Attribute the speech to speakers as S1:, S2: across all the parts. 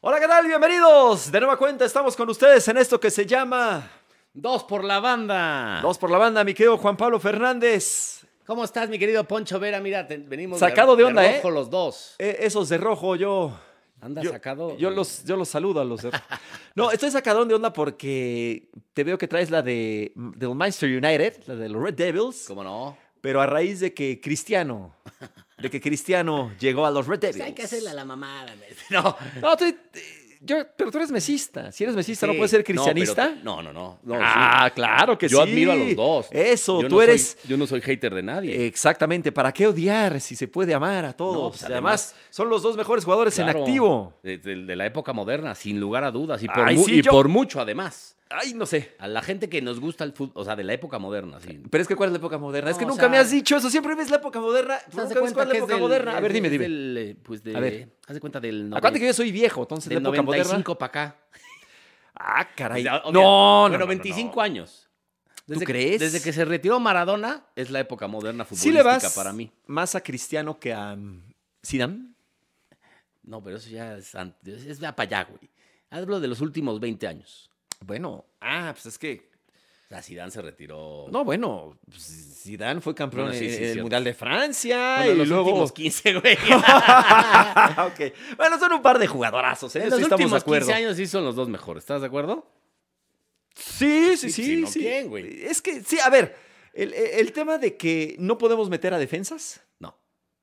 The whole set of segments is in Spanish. S1: Hola, ¿qué tal? Bienvenidos. De nueva cuenta estamos con ustedes en esto que se llama
S2: Dos por la banda.
S1: Dos por la banda, mi querido Juan Pablo Fernández.
S2: ¿Cómo estás, mi querido Poncho Vera? Mira, te- venimos
S1: Sacado de onda,
S2: rojo
S1: ¿eh?
S2: los dos.
S1: Eh, esos de rojo, yo.
S2: Anda
S1: yo,
S2: sacado.
S1: Yo los, yo los saludo a los de rojo. No, estoy sacadón de onda porque te veo que traes la de del Manchester United, la de los Red Devils,
S2: ¿Cómo no?
S1: pero a raíz de que Cristiano, de que Cristiano llegó a los Red Devils.
S2: Pues Hay que hacerle a la mamada. me- No.
S1: No, tú- eh, yo, pero tú eres mesista. Si eres mesista, ¿no
S2: Sí.
S1: puedes ser
S2: pero-
S1: cristianista?
S2: No, no, no. no, sí.
S1: ah, claro que
S2: Yo
S1: sí.
S2: admiro a los dos.
S1: Eso,
S2: Yo
S1: tú
S2: no soy-
S1: eres. Eh,
S2: yo no soy hater de nadie.
S1: Exactamente, ¿para qué odiar si se puede amar a todos?
S2: No, pues,
S1: además, son los dos mejores jugadores en
S2: Claro.
S1: activo.
S2: De, de- de la época moderna, sin lugar a dudas. Y por,
S1: Ay,
S2: mu-
S1: sí,
S2: y
S1: yo-
S2: por mucho, además.
S1: Ay, no sé.
S2: A la gente que nos gusta el fútbol, o sea, de la época moderna, sí.
S1: Pero es que ¿cuál es la época moderna? es que
S2: No, o
S1: nunca
S2: sea-
S1: me has dicho eso. Siempre ves la época moderna.
S2: O sea, Pues, haz de
S1: Nunca ves
S2: cuenta
S1: cuál es la
S2: que es
S1: época
S2: del-
S1: moderna. A ver,
S2: es
S1: dime, dime.
S2: del, eh, pues de,
S1: A ver.
S2: haz de cuenta del...
S1: Acuérdate
S2: noven-
S1: que yo soy viejo, entonces
S2: Del
S1: la época
S2: 95
S1: moderna.
S2: para acá.
S1: Ah, caray.
S2: Ya, o
S1: No,
S2: sea,
S1: no,
S2: Bueno,
S1: no, no,
S2: 25
S1: no.
S2: años. Desde que-
S1: crees?
S2: Desde que se retiró Maradona, es la época moderna
S1: Sí
S2: futbolística
S1: le vas
S2: para mí.
S1: más a Cristiano que a um, Zidane.
S2: No, pero eso ya es antes. Es de para allá, güey. Hablo de los últimos 20 años.
S1: Bueno, ah, pues es que
S2: O sea, Zidane se retiró.
S1: no, bueno, pues, Zidane fue campeón
S2: Bueno, sí,
S1: en-
S2: sí,
S1: en el
S2: cierto.
S1: Mundial de Francia
S2: bueno,
S1: y
S2: los
S1: luego
S2: últimos 15, güey.
S1: Ok. Bueno, son un par de jugadorazos, ¿eh?
S2: En
S1: En
S2: los
S1: eso estamos de
S2: últimos
S1: acuerdo.
S2: 15 años sí son los dos mejores. ¿Estás de acuerdo?
S1: Sí, sí,
S2: Sí,
S1: sí,
S2: si no,
S1: sí.
S2: ¿quién, güey?
S1: Es que, sí, a ver, el, el tema de que no podemos meter a defensas,
S2: No.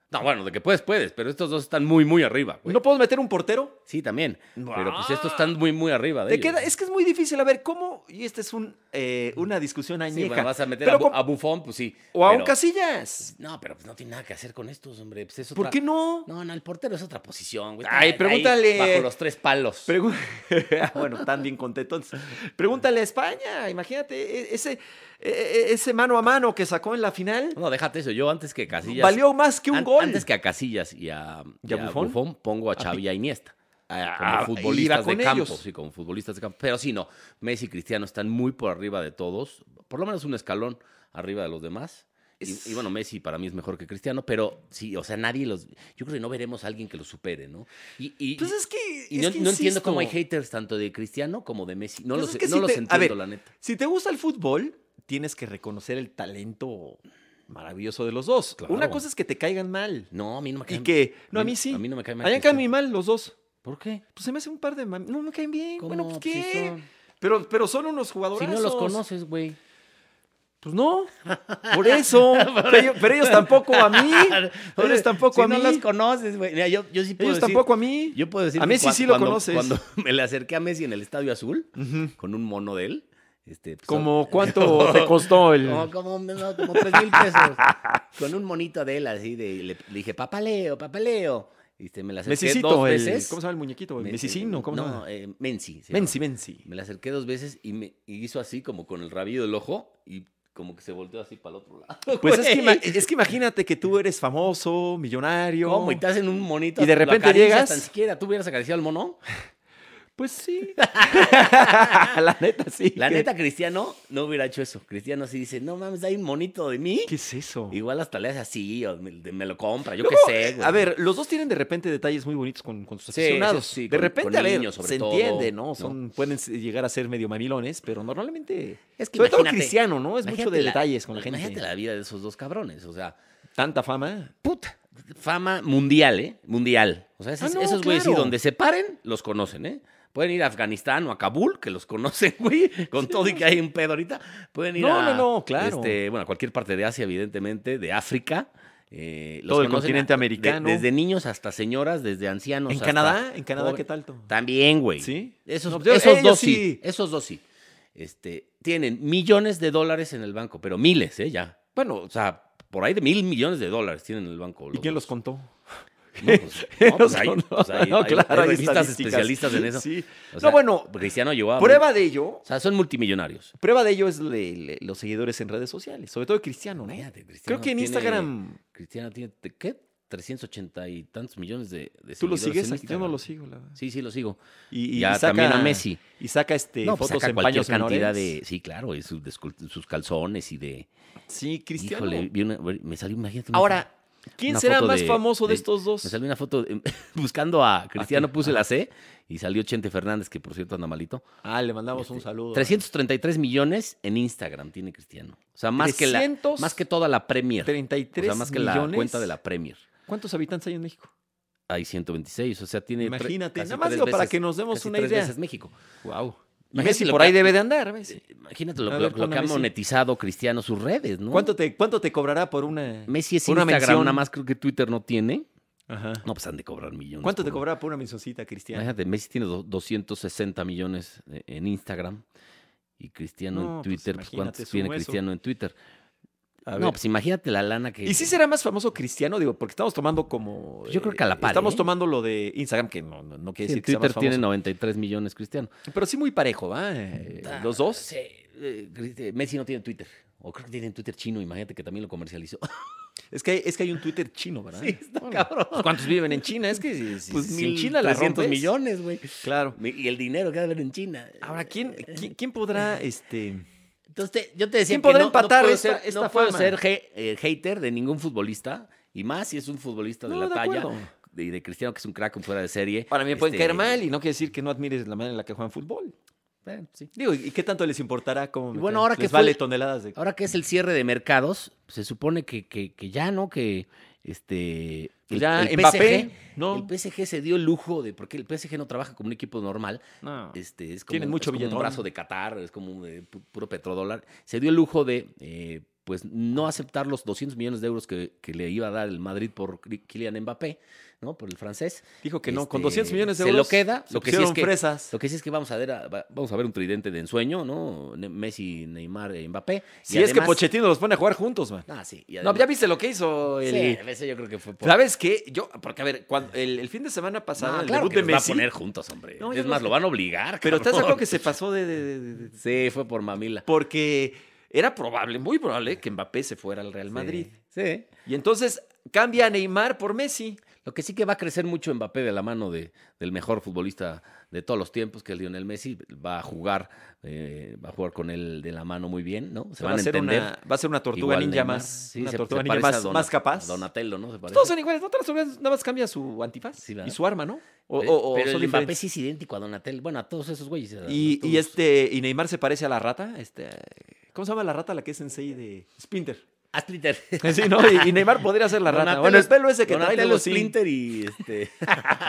S2: No, bueno, de que puedes, puedes. Pero estos dos están muy, muy arriba, güey.
S1: no podemos meter un portero.
S2: Sí, también. Pero pues
S1: Ah.
S2: estos están muy, muy arriba de
S1: Te
S2: ellos.
S1: queda, es que es muy difícil, a ver, ¿cómo? Y esta es un, eh, una discusión
S2: Sí,
S1: añeja.
S2: bueno, vas a meter
S1: Pero
S2: a, Bu-
S1: con-
S2: a Buffon, pues sí.
S1: O a un
S2: pero-
S1: Casillas.
S2: No, pero pues no tiene nada que hacer con estos, hombre. Pues es
S1: ¿Por
S2: otra-
S1: qué no?
S2: No, no, el portero es otra posición, güey.
S1: Ay,
S2: Ahí,
S1: pregúntale.
S2: bajo los tres palos.
S1: Pregú- Ah, bueno, tan bien contento. Entonces, pregúntale a España, imagínate, e- ese, e- e- ese mano a mano que sacó en la final
S2: no, déjate eso. Yo antes que Casillas.
S1: valió más que un
S2: an-
S1: gol.
S2: Antes que a Casillas y a,
S1: ¿Y a Buffon?
S2: Buffon? pongo a Xavi y a Iniesta. Como
S1: Ah, iba
S2: futbolistas
S1: con
S2: de campo.
S1: ellos.
S2: Sí, como futbolistas de campo. Pero sí, no. Messi y Cristiano están muy por arriba de todos. Por lo menos un escalón arriba de los demás. Y-
S1: Es-
S2: Y, bueno, Messi para mí es mejor que Cristiano, pero sí, o sea, nadie los. Yo creo que no veremos a alguien que los supere, ¿no? Y, y-
S1: Pues es que.
S2: y
S1: es
S2: no,
S1: que
S2: no entiendo cómo hay
S1: insisto.
S2: haters tanto de Cristiano como de Messi. No
S1: Pues es
S2: los,
S1: que
S2: no
S1: si
S2: los
S1: te- a
S2: entiendo,
S1: ver,
S2: la neta.
S1: Si te gusta el fútbol, tienes que reconocer el talento maravilloso de los dos.
S2: Claro.
S1: Una cosa es que te caigan mal.
S2: No, a mí no me cae
S1: Y que. No, a mí sí.
S2: A mí no me cae mal.
S1: Allá
S2: Cristiano.
S1: caen muy mal los dos.
S2: ¿Por qué?
S1: Pues se me hace un par de mami. No me caen bien. Bueno,
S2: ¿Cómo?
S1: pues
S2: Pues, si
S1: qué.
S2: son-
S1: Pero, pero son unos
S2: Si
S1: jugadores.
S2: no los conoces, güey.
S1: Pues no. Por eso. pero, ellos, pero ellos tampoco a mí. Ellos tampoco
S2: si
S1: a mí.
S2: no los conoces, güey. Mira, yo, yo sí puedo
S1: ellos
S2: decir-
S1: tampoco a mí.
S2: Yo puedo decir
S1: A
S2: que
S1: Messi
S2: cua-
S1: sí lo
S2: cuando-
S1: conoces.
S2: Cuando me le acerqué a Messi en el Estadio Azul
S1: Ujú.
S2: con un mono de él. Este, pues,
S1: Como cuánto te costó el.
S2: Como, como, no, como tres mil pesos. Con un monito de él así de, le, le dije, papaleo, papaleo. Y este, me la acerqué
S1: Mesicito,
S2: dos
S1: el-
S2: veces.
S1: ¿Cómo se llama el muñequito?
S2: Me-
S1: Mesicino, ¿cómo se
S2: No,
S1: llama?
S2: eh, Menzi. se
S1: Menzi,
S2: llama.
S1: Menzi.
S2: Me la acerqué dos veces y me y hizo así como con el rabillo del ojo y como que se volteó así para el otro lado.
S1: Pues es que, ima-
S2: Güey.
S1: es que imagínate que tú eres famoso, millonario.
S2: ¿Cómo? Y te hacen un monito.
S1: Y de
S2: lo
S1: repente
S2: acaricias
S1: llegas-
S2: Tan siquiera tú hubieras acariciado al mono.
S1: Pues sí. la neta, sí.
S2: La
S1: ¿Qué-
S2: neta, Cristiano no hubiera hecho eso. Cristiano sí dice, no mames, hay un monito de mí.
S1: ¿Qué es eso?
S2: Igual hasta le hace así o me, me lo compra, yo qué
S1: Luego,
S2: sé. güey.
S1: A ver, los dos tienen de repente detalles muy bonitos con, con sus
S2: Sí,
S1: aficionados.
S2: sí, sí,
S1: de
S2: con-
S1: repente,
S2: con
S1: a ver,
S2: niños, sobre
S1: se
S2: todo,
S1: entiende, ¿no?
S2: ¿no?
S1: Son, Pueden s- llegar a ser medio mamilones, pero normalmente.
S2: Es que
S1: sobre todo
S2: imagínate-
S1: cristiano, ¿no? Es mucho
S2: imagínate
S1: de
S2: la-
S1: detalles con la gente.
S2: Imagínate la vida de esos dos cabrones, o sea.
S1: Tanta fama.
S2: puta, fama mundial, ¿eh? Mundial. O sea, esos,
S1: Ah, no,
S2: esos güeyes, sí,
S1: claro.
S2: donde se paren, los conocen, ¿eh? Pueden ir a Afganistán o a Kabul, que los conocen, güey, con todo y que hay un pedo ahorita. Pueden ir
S1: No,
S2: a.
S1: no, no, claro.
S2: este, bueno, a cualquier parte de Asia, evidentemente, de África. eh, los
S1: Todo el
S2: conocen
S1: continente
S2: a-
S1: americano.
S2: desde niños hasta señoras, desde ancianos.
S1: ¿En
S2: hasta
S1: Canadá? ¿En Canadá
S2: joven-
S1: qué tal? to-
S2: También, güey.
S1: ¿Sí?
S2: Esos,
S1: No, pues yo-
S2: esos
S1: ellos
S2: dos sí.
S1: sí.
S2: Esos dos sí. Este, tienen millones de dólares en el banco, pero miles, ¿eh? Ya.
S1: Bueno,
S2: O sea, por ahí de mil millones de dólares tienen en el banco.
S1: ¿y quién los contó?
S2: No, pues, no, pues
S1: Los
S2: hay,
S1: contó.
S2: pues hay-
S1: No,
S2: hay-
S1: claro,
S2: hay
S1: hay
S2: revistas
S1: estadísticas.
S2: especialistas en eso.
S1: Sí.
S2: O sea,
S1: no, bueno,
S2: Cristiano llevaba.
S1: prueba de ello
S2: O sea, son multimillonarios.
S1: Prueba de ello es le- le- los seguidores en redes sociales, sobre todo Cristiano, ¿no?
S2: Imagínate, Cristiano
S1: Creo que en
S2: tiene-
S1: Instagram
S2: Cristiano tiene, te- ¿qué? 380 y tantos millones de, de
S1: tú lo sigues,
S2: seguidores en
S1: aquí, yo no
S2: Instagram.
S1: lo sigo, la verdad.
S2: Sí, sí, lo sigo.
S1: Y,
S2: Y ya también a Messi.
S1: Y saca este
S2: no, pues
S1: fotos
S2: saca
S1: en
S2: cualquier
S1: paños
S2: cantidad
S1: menores.
S2: de. Sí, claro, y sus, descul- sus calzones y de.
S1: Sí, Cristiano.
S2: Híjole, vi una- me salió, imagínate. me
S1: Ahora, ¿Quién
S2: Una
S1: será
S2: foto
S1: más
S2: de-
S1: famoso de,
S2: de-
S1: estos
S2: Me
S1: dos?
S2: salió una foto de- buscando a Cristiano,
S1: ti,
S2: puse
S1: ajá.
S2: la C y salió Chente Fernández, que por cierto anda malito.
S1: Ah, le mandamos un
S2: Este,
S1: saludo.
S2: 333 millones en Instagram tiene Cristiano. O sea, más, que, la,
S1: 300.
S2: más que toda la Premier. O
S1: 33
S2: sea, más que
S1: millones.
S2: la cuenta de la Premier.
S1: ¿Cuántos habitantes hay en México?
S2: Hay 126, o sea, tiene. tre-
S1: Imagínate,
S2: casi
S1: nada más
S2: tres
S1: digo para
S2: veces-
S1: que nos demos
S2: casi
S1: una
S2: tres
S1: idea.
S2: veces México.
S1: Wow.
S2: Imagínate
S1: Messi
S2: lo
S1: por
S2: que-
S1: ahí debe de andar, Messi.
S2: Imagínate lo,
S1: A
S2: lo-
S1: ver,
S2: lo que
S1: ponle
S2: ha
S1: Messi.
S2: monetizado Cristiano sus redes, ¿no?
S1: ¿Cuánto te, ¿Cuánto te cobrará por una?
S2: Messi es
S1: Una
S2: Instagram,
S1: mención.
S2: nada más creo que Twitter no tiene.
S1: Ajá.
S2: No, pues han de cobrar millones.
S1: ¿Cuánto te
S2: por-
S1: cobrará por una mencioncita, Cristiano?
S2: Imagínate, Messi tiene do- 260 millones de- en Instagram y Cristiano
S1: No,
S2: en
S1: pues
S2: Twitter. Pues,
S1: imagínate,
S2: ¿Cuántos tiene
S1: suma eso.
S2: Cristiano en Twitter?
S1: A
S2: No,
S1: ver.
S2: pues imagínate la lana que.
S1: ¿Y sí Pues será más famoso Cristiano? Digo, porque estamos tomando como.
S2: Yo creo que a la par,
S1: Estamos
S2: ¿eh?
S1: tomando lo de Instagram, que no, no, no quiere
S2: Sí,
S1: decir
S2: en
S1: que sea
S2: Twitter
S1: más
S2: tiene
S1: famoso.
S2: 93 millones Cristiano.
S1: Pero sí muy parejo, ¿va? Eh, Los dos.
S2: Sí, eh, Cristi- Messi no tiene Twitter. O creo que tiene Twitter chino, imagínate que también lo comercializó.
S1: Es que, hay, es que hay un Twitter chino, ¿verdad?
S2: Sí, está
S1: Bueno,
S2: cabrón. Pues,
S1: pues, ¿Cuántos viven en China? Es que si, si- si en China la
S2: 300
S1: rompes,
S2: millones, güey.
S1: Claro.
S2: Y el dinero que va a haber en China. Eh,
S1: Ahora, ¿quién, qui- quién podrá este,
S2: Entonces, te- yo te decía
S1: ¿Quién
S2: que
S1: podrá
S2: no, no
S1: empatar
S2: puedo
S1: esta-
S2: ser,
S1: esta
S2: no puedo
S1: fama?
S2: ser he- eh, hater de ningún futbolista, y más si es un futbolista de
S1: No,
S2: la
S1: de
S2: talla,
S1: acuerdo.
S2: de- y de Cristiano, que es un crack un fuera de serie.
S1: Para mí me pueden
S2: Este,
S1: caer mal y no quiere decir que no admires la manera en la que juegan fútbol.
S2: bueno, sí.
S1: Digo, ¿y qué tanto les importará cómo
S2: Y
S1: me
S2: bueno,
S1: caen?
S2: ahora que
S1: les
S2: fue
S1: vale
S2: el-
S1: toneladas de
S2: Ahora que es el cierre de mercados, se supone que, que- que ya, ¿no? Que este. El,
S1: ya
S2: el
S1: Mbappé,
S2: PSG,
S1: no.
S2: El PSG se dio el lujo de. Porque el PSG no trabaja como un equipo normal.
S1: No.
S2: Este, es como,
S1: Tienen mucho
S2: es como
S1: billetón.
S2: un brazo de Qatar, es como un, eh, pu- puro petrodólar. Se dio el lujo de eh, pues no aceptar los 200 millones de euros que, que le iba a dar el Madrid por Cri- Kylian Mbappé, ¿no? Por el francés.
S1: Dijo que no, con
S2: Este,
S1: 200 millones de
S2: se lo
S1: euros.
S2: queda, lo que sí es
S1: pusieron
S2: que-
S1: fresas.
S2: Lo que sí es que vamos a ver a, va- vamos a ver un tridente de ensueño, ¿no? Ne- Messi, Neymar, eh, Mbappé. Y
S1: Si es que
S2: además-
S1: Pochettino los pone a jugar juntos, man.
S2: Ah, sí. y
S1: No,
S2: además-
S1: ya viste lo que hizo el.
S2: Sí, eso yo creo que fue por...
S1: ¿Sabes qué? Yo, porque a ver, cuando- el, el fin de semana
S2: No,
S1: pasado, el
S2: claro
S1: debut
S2: que
S1: de
S2: los
S1: Messi.
S2: va a poner juntos, hombre.
S1: No, yo
S2: es
S1: lo
S2: más,
S1: sé.
S2: lo van a obligar,
S1: Pero estás de
S2: cabrón.
S1: acuerdo que se pasó de- de- de- de- de-
S2: Sí, fue por mamila.
S1: Porque era probable, muy probable, que Mbappé se fuera al Real Madrid.
S2: Sí.
S1: Y entonces cambia a Neymar por Messi.
S2: Lo que sí que va a crecer mucho Mbappé de la mano de, del mejor futbolista de todos los tiempos, que es Lionel Messi, va a jugar, eh, va a jugar con él de la mano muy bien, ¿no? Se
S1: va,
S2: van
S1: a
S2: a
S1: ser
S2: entender.
S1: una, va a ser una tortuga
S2: Igual
S1: ninja
S2: Neymar,
S1: más.
S2: sí,
S1: una
S2: se- se
S1: tortuga ninja
S2: parece a
S1: más,
S2: Dona-
S1: más capaz.
S2: a Donatello, ¿no? Se parece.
S1: Todos son iguales, no todas son iguales, nada más cambia su antifaz
S2: Sí,
S1: y
S2: ¿verdad?
S1: su arma, ¿no? O,
S2: Pero-
S1: o- o
S2: pero
S1: son
S2: el Mbappé
S1: diferentes.
S2: sí es idéntico a Donatello. Bueno, a todos esos güeyes. a-
S1: Y,
S2: a
S1: y
S2: todos.
S1: este, y Neymar se parece a la rata, este, ¿cómo se llama la rata la que es sensei de Splinter?
S2: A Splinter.
S1: Sí, ¿no? Y, y Neymar podría ser la rata.
S2: Donatello
S1: Bueno, el
S2: es-
S1: pelo ese que trae
S2: Donatello,
S1: luego sí.
S2: Splinter y este...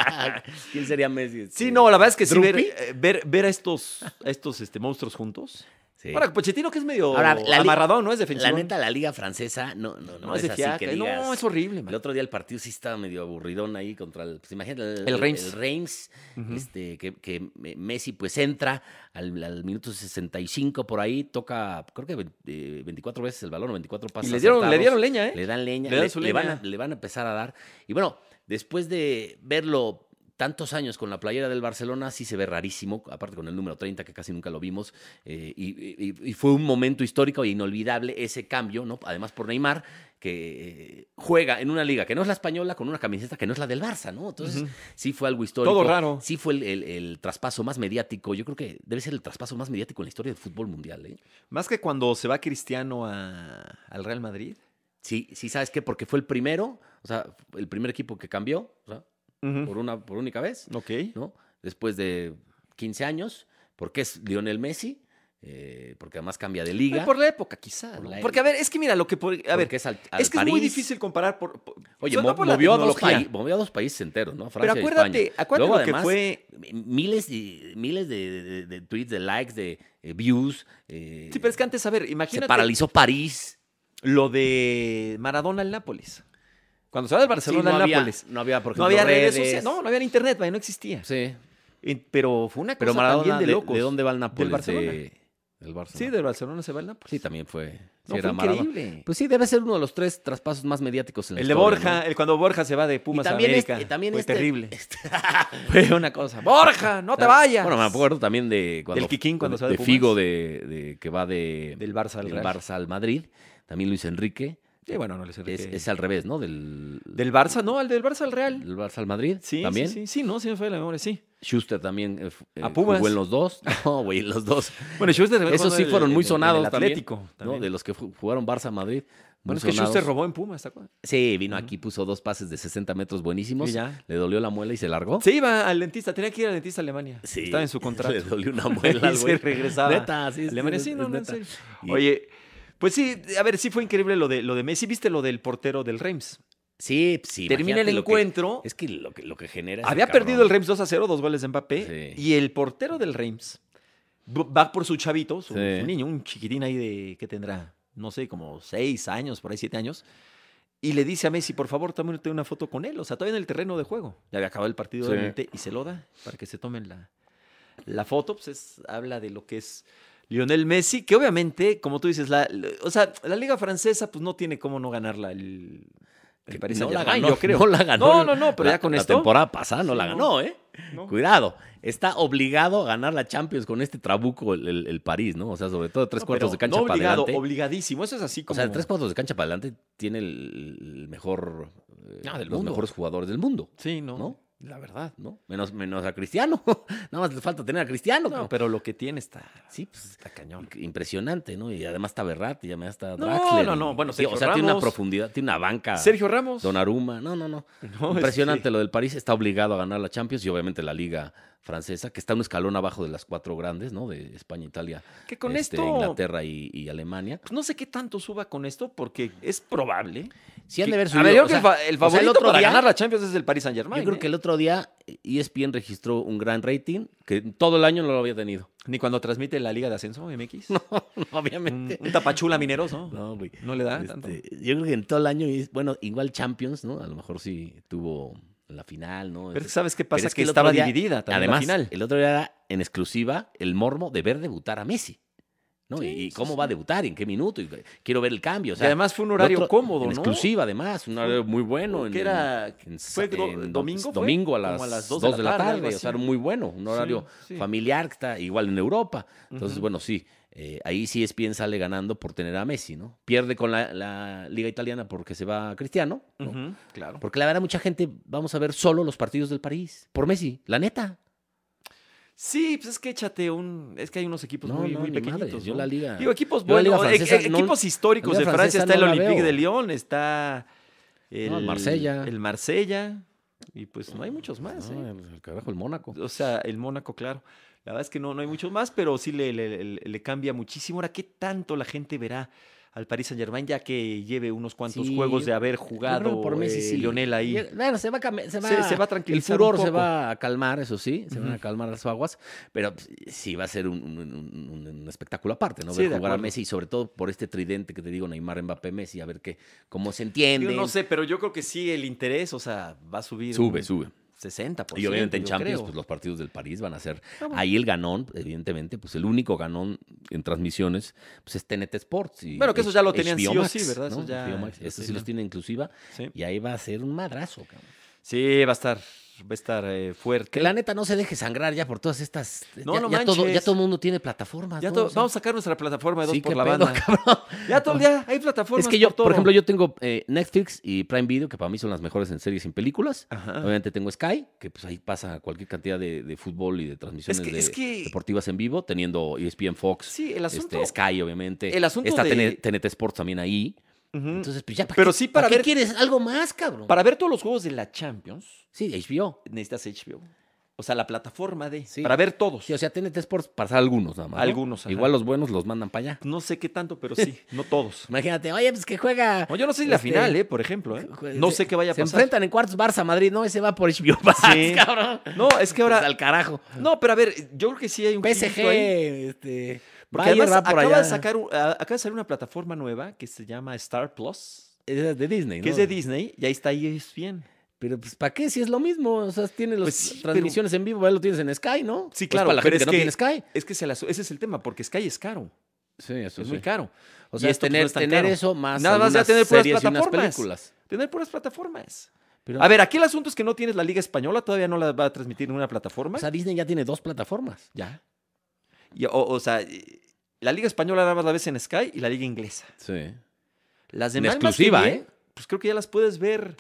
S2: ¿Quién sería Messi? Este,
S1: Sí, no, la verdad es que sí ver,
S2: ¿Drupi?
S1: eh, ver, ver a estos, a estos este, monstruos juntos.
S2: Sí.
S1: Ahora, Pochettino que es medio
S2: Ahora, la li-
S1: amarradón, ¿no? Es defensivo.
S2: La neta, la liga francesa, no, no, no,
S1: no, es de
S2: así
S1: fiaca.
S2: que digas-
S1: No, es horrible, man.
S2: El otro día el partido sí estaba medio aburridón ahí contra el. Pues imagínate el,
S1: El Reims.
S2: Reims,
S1: Ujú.
S2: este, que, que Me- Messi pues entra al, al minuto 65 por ahí, toca, creo que ve- eh, 24 veces el balón, o 24 pasos.
S1: Y le dieron, le
S2: acertados,
S1: dieron leña, ¿eh?
S2: le dan leña,
S1: Le
S2: le,
S1: dan su
S2: le van
S1: leña.
S2: a, le van a empezar a dar. Y bueno, después de verlo tantos años con la playera del Barcelona, sí se ve rarísimo, aparte con el número 30, que casi nunca lo vimos, eh, y, y- y fue un momento histórico e inolvidable ese cambio, ¿no? Además por Neymar, que eh, juega en una liga que no es la española, con una camiseta que no es la del Barça, ¿no? Entonces,
S1: Ujú.
S2: sí fue algo histórico.
S1: Todo raro.
S2: Sí fue el, el- el traspaso más mediático, yo creo que debe ser el traspaso más mediático en la historia del fútbol mundial, ¿eh?
S1: Más que cuando se va Cristiano a- al Real Madrid.
S2: Sí, sí, ¿sabes qué? Porque fue el primero, o sea, el primer equipo que cambió, o sea,
S1: Mm.
S2: por una por única vez,
S1: Ok.
S2: ¿no? Después de 15 años, porque es Lionel Messi, eh, porque además cambia de liga.
S1: Ay, Por la época, quizá.
S2: Por
S1: ¿no?
S2: la
S1: Porque, a ver, es que mira, lo que. por- a ver,
S2: porque es al- al
S1: es que es muy
S2: París.
S1: difícil comparar por. por-
S2: Oye,
S1: sobre
S2: mo-
S1: todo por la
S2: movió, a dos
S1: tecnología.
S2: paí- movió a dos países enteros, ¿no? A
S1: Pero
S2: Francia y
S1: acuérdate,
S2: España.
S1: acuérdate
S2: Luego,
S1: lo que
S2: además, eh,
S1: fue.
S2: Miles de, miles de, de- de tweets, de likes, de eh, views. eh,
S1: Sí, pero es que antes, a ver,
S2: se
S1: imagínate
S2: paralizó París.
S1: lo de Maradona al Nápoles. Cuando se va del Barcelona
S2: Sí,
S1: al
S2: no, había,
S1: Nápoles.
S2: no había, por ejemplo,
S1: No había redes
S2: redes.
S1: sociales, no, no había internet, vaya, no existía.
S2: Sí.
S1: Eh, Pero fue una cosa
S2: Pero Maradona,
S1: también de
S2: de,
S1: locos.
S2: de dónde va el Nápoles?
S1: Barcelona.
S2: De- del Barcelona.
S1: Sí, del Barcelona se va al Nápoles.
S2: Sí, también fue. sí
S1: No, fue
S2: era Maradona.
S1: increíble.
S2: Pues sí, debe ser uno de los tres traspasos más mediáticos en la
S1: el de
S2: historia,
S1: Borja,
S2: ¿no?
S1: el cuando Borja se va de Pumas
S2: Y también
S1: a América.
S2: este- y también
S1: fue
S2: este-
S1: terrible.
S2: este-
S1: Fue una cosa. Borja, no te vayas.
S2: Bueno, me acuerdo también de cuando
S1: Del Kikín cuando
S2: de,
S1: se va de
S2: Figo
S1: Pumas.
S2: de, de que va de
S1: del Barça al
S2: del
S1: Real.
S2: Barça al Madrid, también Luis Enrique,
S1: Sí, bueno, no les
S2: Es, es al revés, ¿no? Del,
S1: Del Barça, no, al del Barça al Real.
S2: del Barça al Madrid.
S1: Sí,
S2: también.
S1: sí, sí, sí, no, sí me fue la memoria, sí.
S2: Schuster también eh, fu- eh,
S1: A Pumas.
S2: jugó en los dos. No, güey, en los dos.
S1: Bueno, Schuster también
S2: Esos
S1: jugó
S2: sí
S1: en el-
S2: fueron
S1: en
S2: muy
S1: el- en
S2: sonados
S1: el
S2: también,
S1: Atlético
S2: ¿no?
S1: también.
S2: De los que fu- jugaron Barça-Madrid. muy
S1: Bueno, es que
S2: sonados.
S1: Schuster robó en Pumas, ¿te acuerdas?
S2: Sí, vino aquí, puso dos pases de 60 metros buenísimos.
S1: Y ya.
S2: Le dolió la muela y se largó.
S1: Se iba al dentista, tenía que ir al dentista a Alemania.
S2: Sí,
S1: Estaba en su contrato.
S2: Le dolió una muela
S1: Y
S2: al
S1: se
S2: güey.
S1: regresaba.
S2: Neta, sí.
S1: Alemania, sí,
S2: es-
S1: no,
S2: es
S1: no, en
S2: neta.
S1: serio.
S2: Y-
S1: Oye, pues sí, a ver, sí fue increíble lo de, lo de Messi. ¿Viste lo del portero del Reims?
S2: Sí, sí.
S1: Termina el
S2: imagínate lo que-
S1: encuentro.
S2: es que lo que, lo que genera. ese
S1: Había
S2: cabrón.
S1: perdido el Reims 2 a 0, dos goles de Mbappé.
S2: Sí.
S1: Y el portero del Reims bu- va por su chavito, su,
S2: Sí.
S1: su niño, un chiquitín ahí de que tendrá, no sé, como 6 años, por ahí 7 años. Y le dice a Messi, por favor, tómate una foto con él. O sea, todavía en el terreno de juego. Ya había acabado el partido,
S2: Sí.
S1: obviamente, y se lo da para que se tomen la, la foto. Pues es- habla de lo que es Lionel Messi, que obviamente, como tú dices, la, la- o sea, la liga francesa pues no tiene cómo no ganarla el, el
S2: Que
S1: Paris
S2: no la
S1: Saint-Germain,
S2: ganó,
S1: yo creo.
S2: No la ganó.
S1: No, no, no, pero
S2: la-
S1: ya con
S2: la
S1: esto.
S2: temporada pasada no
S1: Sí,
S2: la
S1: no.
S2: ganó, ¿eh?
S1: ¿no?
S2: Cuidado, está obligado a ganar la Champions con este trabuco el, el- el París, ¿no? O sea, sobre todo de tres
S1: No,
S2: cuartos
S1: pero
S2: de cancha
S1: no
S2: para
S1: obligado,
S2: adelante.
S1: obligadísimo. Eso es así
S2: O
S1: como.
S2: sea, de tres cuartos de cancha para adelante tiene el, el mejor, eh,
S1: Ah, del
S2: los
S1: mundo.
S2: mejores jugadores del mundo,
S1: Sí, no.
S2: ¿no?
S1: La verdad.
S2: ¿no? Menos, menos a Cristiano. Nada más le falta tener a Cristiano.
S1: No,
S2: cabrón.
S1: pero lo que tiene está,
S2: Sí, pues
S1: está cañón.
S2: impresionante, ¿no? Y además está Berratti, y además está
S1: No,
S2: Draxler.
S1: no,
S2: y-
S1: no, bueno,
S2: sí, O
S1: Sergio
S2: sea, tiene una
S1: Ramos.
S2: profundidad, tiene una banca.
S1: Sergio Ramos.
S2: Donnarumma, no, no, no.
S1: No, es
S2: Impresionante
S1: que-
S2: lo del París. Está obligado a ganar la Champions y obviamente la Liga Francesa, que está un escalón abajo de las cuatro grandes, ¿no? De España, Italia,
S1: Que con
S2: este,
S1: esto.
S2: Inglaterra y, y Alemania.
S1: pues, no sé qué tanto suba con esto porque es probable.
S2: Sí han de
S1: que-
S2: haber
S1: a
S2: subido,
S1: ver, yo
S2: o
S1: creo que el,
S2: sea,
S1: fa- el
S2: o sea,
S1: favorito
S2: otro
S1: para
S2: día-
S1: ganar la Champions es el Paris ¿eh? Saint Germain.
S2: Yo creo que el otro día E ESPN registró un gran rating que todo el año no lo había tenido.
S1: Ni cuando transmite la Liga de Ascenso MX. un,
S2: Obviamente.
S1: un tapachula mineros, ¿no? No,
S2: No, güey.
S1: le da tanto.
S2: Este, yo creo que en todo el año, es- bueno, igual Champions, ¿no? A lo mejor sí tuvo la final, ¿no?
S1: Pero es
S2: Ese-
S1: que ¿sabes qué
S2: Pero
S1: pasa?
S2: es
S1: que
S2: pues, el otro
S1: estaba
S2: día-
S1: dividida también
S2: Además,
S1: la final.
S2: el otro día era en exclusiva el mormo de ver debutar a Messi. ¿no?
S1: Sí,
S2: y y
S1: sí,
S2: cómo
S1: sí.
S2: va a debutar, en qué minuto. y quiero ver el cambio. O
S1: Y
S2: sea,
S1: además fue un
S2: el
S1: horario
S2: otro-
S1: cómodo,
S2: en
S1: ¿no?
S2: Exclusiva, además, un horario muy bueno. en-
S1: que era
S2: en-
S1: fue do-
S2: en-
S1: domingo, fue?
S2: domingo a
S1: Como
S2: las,
S1: a las
S2: 2 de la tarde.
S1: algo
S2: o sea,
S1: así.
S2: era muy bueno. Un horario
S1: sí.
S2: familiar que está igual en Europa. Entonces,
S1: Ujú.
S2: bueno, sí. eh, ahí sí ESPN sale ganando por tener a Messi, ¿no? Pierde con la, la Liga Italiana porque se va Cristiano, ¿no?
S1: Ujú, Claro.
S2: Porque la verdad, mucha gente vamos a ver solo los partidos del París. Por Messi, la neta.
S1: Sí, pues es que échate un. Es que hay unos equipos
S2: No,
S1: Pues muy,
S2: no,
S1: muy
S2: ni
S1: pequeñitos.
S2: madres, yo
S1: ¿no?
S2: la liga-
S1: Digo, equipos
S2: yo la liga
S1: buenos. e- e-
S2: francesa no-
S1: equipos históricos
S2: la
S1: de
S2: liga
S1: Francia.
S2: francesa
S1: Está el
S2: no la
S1: Olympique de
S2: veo.
S1: Lyon, está. El
S2: No, el Marsella.
S1: El Marsella. Y pues no hay muchos más.
S2: No,
S1: ¿eh?
S2: el carajo, el Mónaco.
S1: O sea, el Mónaco, claro. La verdad es que no, no hay muchos más, pero sí le, le- le- le cambia muchísimo. Ahora, ¿qué tanto la gente verá al Paris Saint Germain ya que lleve unos cuantos
S2: Sí,
S1: juegos
S2: yo-
S1: de haber
S2: Yo creo
S1: jugado
S2: que por Messi
S1: eh,
S2: sí.
S1: Lionel ahí?
S2: Yo- Bueno, se va a, cam- se va,
S1: Se- se va a tranquilizar
S2: El furor
S1: un
S2: se
S1: poco.
S2: va a calmar, eso sí. Se van a
S1: Ujú.
S2: calmar las aguas. Pero pues, sí va a ser un, un- un- un- un espectáculo aparte, ¿no?
S1: Sí,
S2: Ver
S1: de
S2: jugar a
S1: acuerdo.
S2: Messi y sobre todo por este tridente que te digo, Neymar, Mbappé, Messi, a ver qué, cómo se entiende.
S1: Yo no sé, pero yo creo que sí el interés, o sea, va a subir.
S2: Sube,
S1: un
S2: sube.
S1: 60%.
S2: y obviamente en
S1: yo
S2: Champions,
S1: creo.
S2: pues los partidos del París van a ser
S1: Ah, bueno.
S2: Ahí el ganón, evidentemente, pues el único ganón en transmisiones, pues es TNT Sports. Y
S1: Bueno, que esos ya lo tenían
S2: HBO
S1: sí o
S2: Max,
S1: sí, ¿verdad? Esos ya
S2: HBO Max,
S1: lo
S2: Estos sí
S1: tenían.
S2: los tienen inclusiva
S1: Sí.
S2: y ahí va a ser un madrazo, cabrón.
S1: Sí, va a estar, va a estar eh, fuerte.
S2: Que la neta no se deje sangrar ya por todas estas.
S1: No,
S2: ya,
S1: no
S2: ya todo, ya
S1: manches.
S2: todo el mundo tiene plataformas.
S1: Ya
S2: ¿no?
S1: to-
S2: O sea,
S1: vamos a sacar nuestra plataforma de dos
S2: sí,
S1: por
S2: qué
S1: la
S2: pedo,
S1: banda.
S2: cabrón.
S1: Ya todo el día hay plataformas.
S2: Es que yo,
S1: todo.
S2: por ejemplo, yo tengo eh, Netflix y Prime Video, que para mí son las mejores en series y en películas.
S1: Ajá.
S2: Obviamente tengo Sky, que pues ahí pasa cualquier cantidad de, de fútbol y de transmisiones
S1: que-
S2: de-
S1: es que-
S2: deportivas en vivo, teniendo E ESPN Fox,
S1: Sí, el asunto.
S2: este, Sky, obviamente.
S1: el asunto
S2: Está
S1: de-
S2: TN- TNT Sports también ahí.
S1: Ujú.
S2: Entonces, pues ya, ¿para
S1: Pero
S2: qué,
S1: sí para
S2: ¿para qué
S1: ver-
S2: quieres algo más, cabrón?
S1: Para ver todos los juegos de la Champions,
S2: Sí, HBO.
S1: necesitas HBO. O sea, la plataforma de.
S2: Sí.
S1: Para ver todos.
S2: Sí, o sea, TNT Sports pasa algunos nada más. ¿no?
S1: Algunos, ajá.
S2: Igual los buenos los mandan para allá.
S1: No sé qué tanto, pero sí, no todos.
S2: Imagínate, oye, pues que juega.
S1: No, yo no sé si la
S2: Este,
S1: final, ¿eh? Por ejemplo, ¿eh? No sé qué vaya a
S2: Se
S1: pasar.
S2: enfrentan en cuartos Barça Madrid, no, ese va por HBO Max,
S1: Sí.
S2: cabrón.
S1: No, es que
S2: Pues
S1: ahora.
S2: al carajo.
S1: No, pero a ver, yo creo que sí hay un
S2: PSG,
S1: girito ahí.
S2: este.
S1: Porque
S2: Bayern
S1: además
S2: va por
S1: acaba,
S2: allá.
S1: de sacar, un- a- acaba de salir una plataforma nueva que se llama Star Plus,
S2: Es de Disney,
S1: que
S2: ¿no?
S1: es de Disney, y ahí está E ESPN.
S2: Pero, pues, ¿para qué? Si es lo mismo. O sea, tiene las
S1: Pues sí, pero-
S2: transmisiones en vivo, ahí lo tienes en Sky, ¿no?
S1: Sí,
S2: Pues
S1: claro,
S2: para la
S1: pero
S2: gente que,
S1: es
S2: no
S1: que-
S2: tiene Sky.
S1: Es que se las- ese es el tema, porque Sky es caro,
S2: Sí, eso
S1: es muy caro.
S2: O sea,
S1: Y
S2: es
S1: esto, pues,
S2: tener,
S1: no es tan
S2: tener
S1: caro.
S2: eso más
S1: Nada más ya
S2: algunas
S1: tener puras
S2: series y unas
S1: plataformas.
S2: películas.
S1: Tener puras plataformas.
S2: Pero,
S1: A ver, aquí el asunto es que no tienes la Liga Española, todavía no la va a transmitir en una plataforma.
S2: o sea, Disney ya tiene dos plataformas.
S1: ya. Y, o, o sea, y- la Liga Española nada más la ves en Sky y la Liga Inglesa.
S2: Sí.
S1: Las
S2: En
S1: demás más que
S2: exclusiva,
S1: bien,
S2: ¿eh?
S1: Pues creo que ya las puedes ver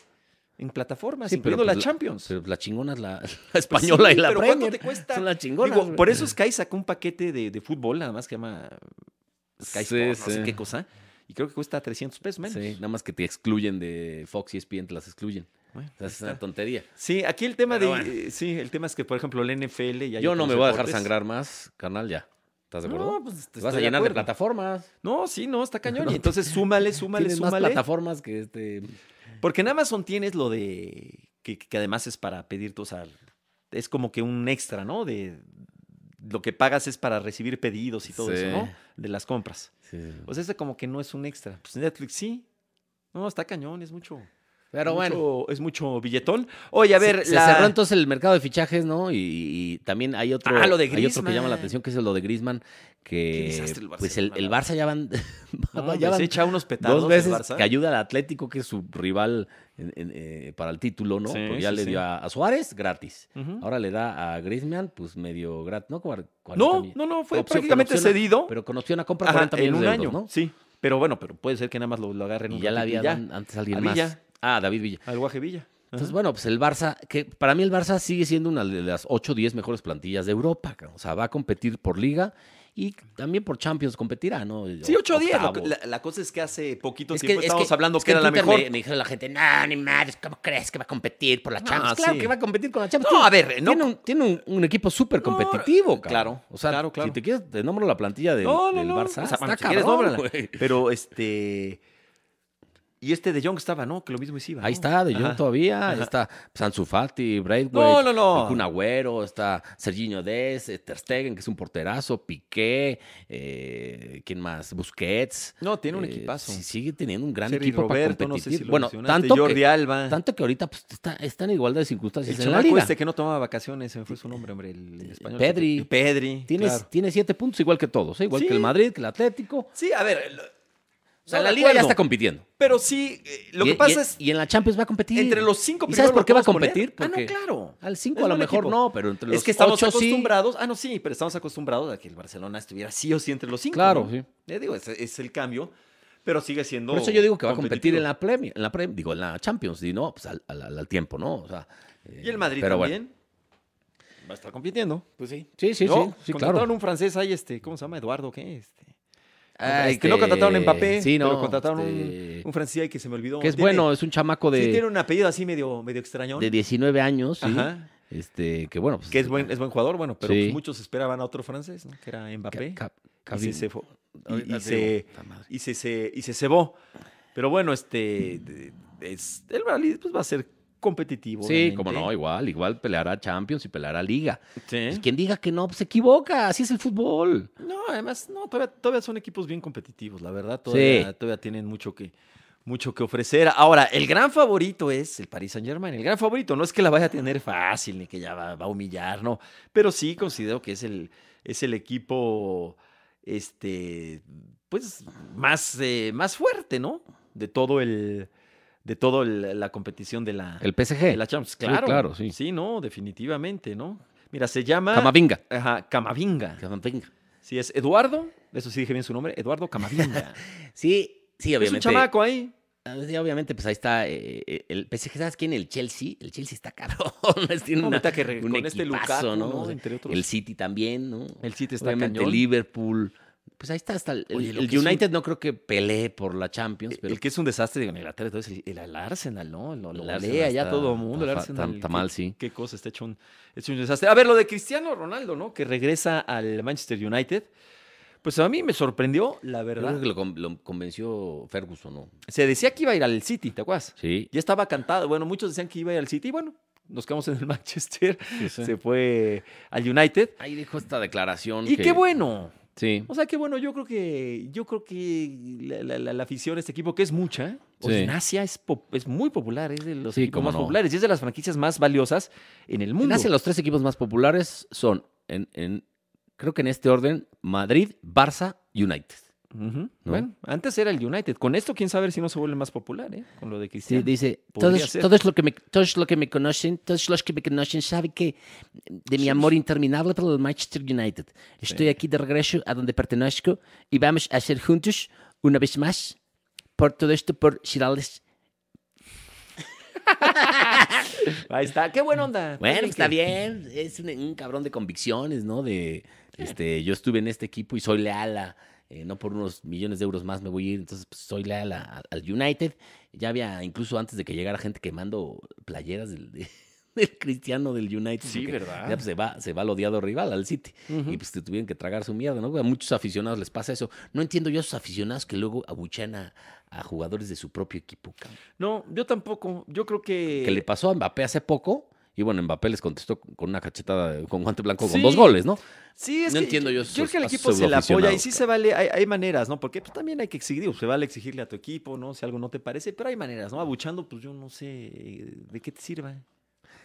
S1: en plataformas,
S2: Sí, pero,
S1: incluyendo
S2: pues,
S1: la
S2: la-
S1: Champions.
S2: Pero la chingona es la, la española
S1: Pues Sí,
S2: y la
S1: pero
S2: Premier.
S1: ¿cuánto te cuesta?
S2: Son las chingonas.
S1: Digo,
S2: güey.
S1: por eso Sky sacó un paquete de, de fútbol, nada más que llama Sky
S2: Sí,
S1: Sport, no sé
S2: sí.
S1: qué cosa. Y creo que cuesta 300 pesos menos.
S2: Sí, nada más que te excluyen de Fox y E ESPN, te las excluyen.
S1: Bueno,
S2: O sea, es
S1: ahí
S2: una
S1: está.
S2: tontería.
S1: Sí, aquí el tema
S2: Pero
S1: de.
S2: bueno.
S1: eh, sí, el tema es que, por ejemplo, la NFL. Ya hay
S2: Yo no
S1: otros
S2: me voy a dejar
S1: deportes.
S2: sangrar más, carnal, ya. ¿Estás de acuerdo?
S1: No, pues te
S2: te vas a
S1: estoy de
S2: llenar de,
S1: acuerdo.
S2: plataformas.
S1: No, sí, no, está cañón. Y entonces súmale, súmale,
S2: Tienes más
S1: súmale.
S2: plataformas que este.
S1: Porque en Amazon tienes lo de. Que, que además es para pedir, o sea, es como que un extra, ¿no? De. Lo que pagas es para recibir pedidos y todo
S2: Sí.
S1: eso, ¿no? De las compras.
S2: Sí.
S1: Pues ese como que no es un extra. Pues Netflix sí. No, está cañón, es mucho.
S2: Pero
S1: es
S2: bueno.
S1: mucho- es mucho billetón. Oye, a ver,
S2: se, se
S1: la-
S2: cerró entonces el mercado de fichajes, ¿no? Y, y también hay otro,
S1: Ah, lo de
S2: hay otro que llama la
S1: Griezmann.
S2: atención, que es lo de Griezmann,
S1: Qué
S2: que
S1: desastre el
S2: pues el, el
S1: Barcelona, la
S2: Barça pues ya
S1: No,
S2: van, ya
S1: hombre,
S2: van
S1: se echa unos petardos
S2: dos
S1: el
S2: veces
S1: Barça.
S2: que ayuda al Atlético, que es su rival en- en, eh, para el título, ¿no?
S1: Sí,
S2: Porque ya
S1: sí,
S2: le
S1: sí.
S2: dio a, a Suárez gratis.
S1: Ujú.
S2: Ahora le da a Griezmann, pues medio gratis, ¿no? Cuar- 40
S1: no,
S2: mil-
S1: no, no, fue
S2: Con opción- con
S1: prácticamente
S2: opción a-
S1: cedido.
S2: Pero con opción a compra
S1: Ajá,
S2: 40
S1: en
S2: millones
S1: un
S2: de
S1: año,
S2: euros, ¿no?
S1: sí. Pero bueno, pero puede ser que nada más lo, lo agarren
S2: Y
S1: un
S2: ya la
S1: ratito
S2: había
S1: y ya.
S2: dado antes a alguien
S1: A
S2: más.
S1: Villa.
S2: Ah, David Villa.
S1: al Guaje Villa.
S2: Entonces,
S1: Ajá.
S2: bueno, pues el Barça, que para mí el Barça sigue siendo una de las 8 o 10 mejores plantillas de Europa. cabrón. O sea, va a competir por Liga y también por Champions competirá, ¿no?
S1: Sí, 8 o 10. lo que-
S2: Octavos.
S1: La, la cosa es que hace poquito
S2: Es que-
S1: tiempo
S2: es
S1: estábamos
S2: que-
S1: hablando
S2: es
S1: que, era
S2: en
S1: la
S2: Twitter
S1: mejor.
S2: Me, me dijeron la gente, no, ni madres, ¿cómo crees que va a competir por la
S1: Ah,
S2: Champions? claro
S1: sí.
S2: que va a competir con la Champions.
S1: No,
S2: Tiene-
S1: a ver, no.
S2: Tiene un, tiene un- un equipo súper competitivo,
S1: No,
S2: cabrón.
S1: claro,
S2: O sea,
S1: claro, claro.
S2: si te quieres, te nombro la plantilla del,
S1: no, no,
S2: del
S1: no.
S2: Barça.
S1: O sea, bueno, si
S2: Está
S1: quieres,
S2: cabrón,
S1: nómbrala.
S2: güey.
S1: Pero este. Y este de Jong estaba, ¿no? Que lo mismo hicimos.
S2: Ahí está, De Jong
S1: Ajá.
S2: todavía,
S1: Ajá.
S2: está Sansu Fati, Braithwaite,
S1: No, no, no.
S2: el Kun Agüero, está Serginho Dez, eh, Ter Stegen, que es un porterazo, Piqué, eh, ¿quién más? Busquets.
S1: No, tiene un
S2: Eh,
S1: equipazo.
S2: sí, sigue teniendo un gran
S1: Sergi
S2: equipo
S1: Roberto,
S2: para
S1: no sé
S2: competir.
S1: si lo
S2: bueno,
S1: mencionaste,
S2: tanto
S1: Jordi
S2: que,
S1: Alba.
S2: tanto que ahorita pues, está, está en igualdad de circunstancias
S1: el
S2: en la liga.
S1: chamaco este que no tomaba vacaciones, se me fue su nombre, hombre, el, el español.
S2: Eh, Pedri.
S1: El Pedri,
S2: Tiene,
S1: claro.
S2: tiene siete puntos igual que todos, ¿eh? igual
S1: Sí.
S2: que el Madrid, que el Atlético. O
S1: Sí, a ver, lo-
S2: sea,
S1: no,
S2: la
S1: de
S2: liga ya
S1: acuerdo,
S2: está compitiendo.
S1: Pero sí, eh, lo
S2: Y-
S1: que pasa
S2: y-
S1: es,
S2: Y en la Champions va a competir.
S1: entre los cinco
S2: ¿Y sabes
S1: primeros
S2: por
S1: lo
S2: qué va a
S1: podemos
S2: competir?
S1: poner.
S2: Porque
S1: Ah, no, claro.
S2: Al
S1: Es
S2: 5 a lo
S1: buen
S2: mejor
S1: equipo.
S2: no, pero entre los
S1: es que estamos
S2: ocho sí.
S1: acostumbrados, ah, no, sí, pero estamos acostumbrados a que el Barcelona estuviera sí o sí entre los cinco.
S2: Claro,
S1: ¿no?
S2: sí.
S1: Ya digo, es, es el cambio, pero sigue siendo.
S2: Por eso yo digo que va a competir
S1: competitivo.
S2: en la Premier, en la Premier, digo, en la Champions, y no, pues al, al- al tiempo, ¿no? O sea, eh,
S1: Y el Madrid
S2: pero bueno.
S1: también va a estar compitiendo. Pues sí.
S2: Sí, sí,
S1: ¿No?
S2: sí, sí,
S1: contrataron
S2: claro.
S1: un francés ahí, este, ¿cómo se llama? Eduardo, ¿qué? Este.
S2: Ah,
S1: Es que no contrataron a
S2: este,
S1: Mbappé,
S2: sí, no,
S1: pero contrataron un-
S2: este,
S1: un, francés ahí que se me olvidó.
S2: que es
S1: Tiene-
S2: bueno, es un chamaco
S1: sí, tiene
S2: de,
S1: un apellido así medio, medio extrañón.
S2: de 19 años, sí.
S1: Ajá.
S2: Este, que bueno, pues,
S1: Que es buen, es buen jugador, bueno, pero
S2: Sí.
S1: pues, muchos esperaban a otro francés, ¿no? Que era Mbappé.
S2: Ca- ca-
S1: y se, se fo- y-
S2: Ahorita
S1: y
S2: te
S1: se-
S2: digo, puta madre.
S1: y se- se- y se cebó. Pero bueno, este de- es, el Madrid pues, va a ser competitivo.
S2: Sí, como no, igual, igual peleará Champions y peleará Liga. Y
S1: obviamente.
S2: quien diga que no, pues, se equivoca, así es el fútbol.
S1: No, además, no, todavía, todavía son equipos bien competitivos, la verdad. Todavía, todavía tienen mucho que, mucho que ofrecer. Ahora, el gran favorito es el Paris Saint Germain. El gran favorito no es que la vaya a tener fácil ni que ya va, va a humillar, no. Pero sí considero que es el, es el equipo este, pues, más, eh, más fuerte, ¿no? De todo el. De toda la competición de la,
S2: El
S1: de
S2: PSG.
S1: la Champions.
S2: Sí,
S1: Claro,
S2: claro, sí.
S1: Sí, no, definitivamente, ¿no? Mira, se llama.
S2: Camavinga.
S1: Ajá, Camavinga.
S2: Camavinga.
S1: Sí, es Eduardo, eso sí dije bien su nombre, Eduardo Camavinga.
S2: Sí, sí,
S1: es un
S2: obviamente.
S1: chamaco ahí.
S2: Ah, sí, obviamente, pues ahí está eh, eh, el PSG. ¿Sabes quién? El Chelsea. El Chelsea está cabrón. Es- Tiene
S1: No,
S2: una-
S1: ahorita que re-
S2: un
S1: con este
S2: equipazo,
S1: Lukaku,
S2: ¿no?
S1: ¿no?
S2: O sea,
S1: Entre otros.
S2: el City también, ¿no?
S1: El City está
S2: Obviamente,
S1: cañón.
S2: Liverpool. Pues ahí está hasta el,
S1: Oye,
S2: el
S1: lo que es un-
S2: United. No creo que pelee por la Champions, pero
S1: el que es un desastre digo, en Inglaterra todo es el, el- el Arsenal, ¿no? Lo, lo
S2: El
S1: golea
S2: Arsenal
S1: ya
S2: está-
S1: todo el mundo. El
S2: está fa-
S1: Arsenal.
S2: está- está
S1: qué-
S2: mal, sí.
S1: Qué cosa, está hecho un, hecho un desastre. A ver, lo de Cristiano Ronaldo, ¿no? Que regresa al Manchester United. Pues a mí me sorprendió, la
S2: yo creo
S1: verdad.
S2: que lo, con- lo convenció Ferguson, ¿no?
S1: Se decía que iba a ir al City, ¿te acuerdas?
S2: Sí.
S1: Ya estaba cantado. Bueno, muchos decían que iba a ir al City. Bueno, nos quedamos en el Manchester. Se fue al United.
S2: Ahí dijo esta declaración.
S1: Y
S2: que-
S1: qué bueno.
S2: Sí.
S1: O sea que bueno, yo creo que yo creo que la, la- la- la afición de este equipo, que es mucha, o
S2: Sí.
S1: sea, en Asia es, pop- es muy popular, es de los
S2: Sí,
S1: equipos
S2: cómo
S1: más
S2: no.
S1: populares y es de las franquicias más valiosas en el
S2: En
S1: mundo.
S2: Asia los tres equipos más populares son, en, en- creo que en este orden, Madrid, Barça, United.
S1: Ujú. Bueno, antes era el United. Con esto, quién sabe si no se vuelve más popular, ¿eh? Con lo de
S2: Sí,
S1: Cristiano.
S2: dice,
S1: podría
S2: todos,
S1: ser.
S2: todos, lo que me, todos lo que me conocen, todos los que me conocen saben que de mi amor interminable por el Manchester United. Estoy aquí de regreso a donde pertenezco y vamos a hacer juntos, una vez más,
S3: por todo esto, por Chirales.
S1: Ahí está. Qué buena onda.
S2: Bueno,
S1: Fíjate
S2: pues, está
S1: que-
S2: bien. Es un, un cabrón de convicciones, ¿no? De, este, yo estuve en este equipo y soy leal a, eh, no por unos millones de euros más me voy a ir, entonces pues, soy leal a- al United. Ya había, incluso antes de que llegara gente quemando playeras del, de- del cristiano del United.
S1: Sí,
S2: porque
S1: ¿verdad?
S2: ya, pues, se, va, se va al odiado rival, al City.
S1: Ujú.
S2: Y pues te tuvieron que tragar su mierda, ¿no? A muchos aficionados les pasa eso. No entiendo yo a esos aficionados que luego abuchean a, a jugadores de su propio equipo, cabrón
S1: No, yo tampoco. Yo creo que.
S2: que le pasó a Mbappé hace poco. Y bueno, Mbappé les contestó con una cachetada, con guante blanco,
S1: Sí.
S2: con dos goles, ¿no?
S1: Sí, es
S2: No
S1: que
S2: entiendo yo
S1: Yo creo
S2: esos
S1: que el equipo se le apoya y
S2: pseudoaficionados,
S1: sí se
S2: cabrón.
S1: vale. Hay, hay maneras, ¿no? Porque pues, también hay que exigir, digo, se vale exigirle a tu equipo, ¿no? Si algo no te parece, pero hay maneras, ¿no? Abuchando, pues yo no sé eh, de qué te sirva.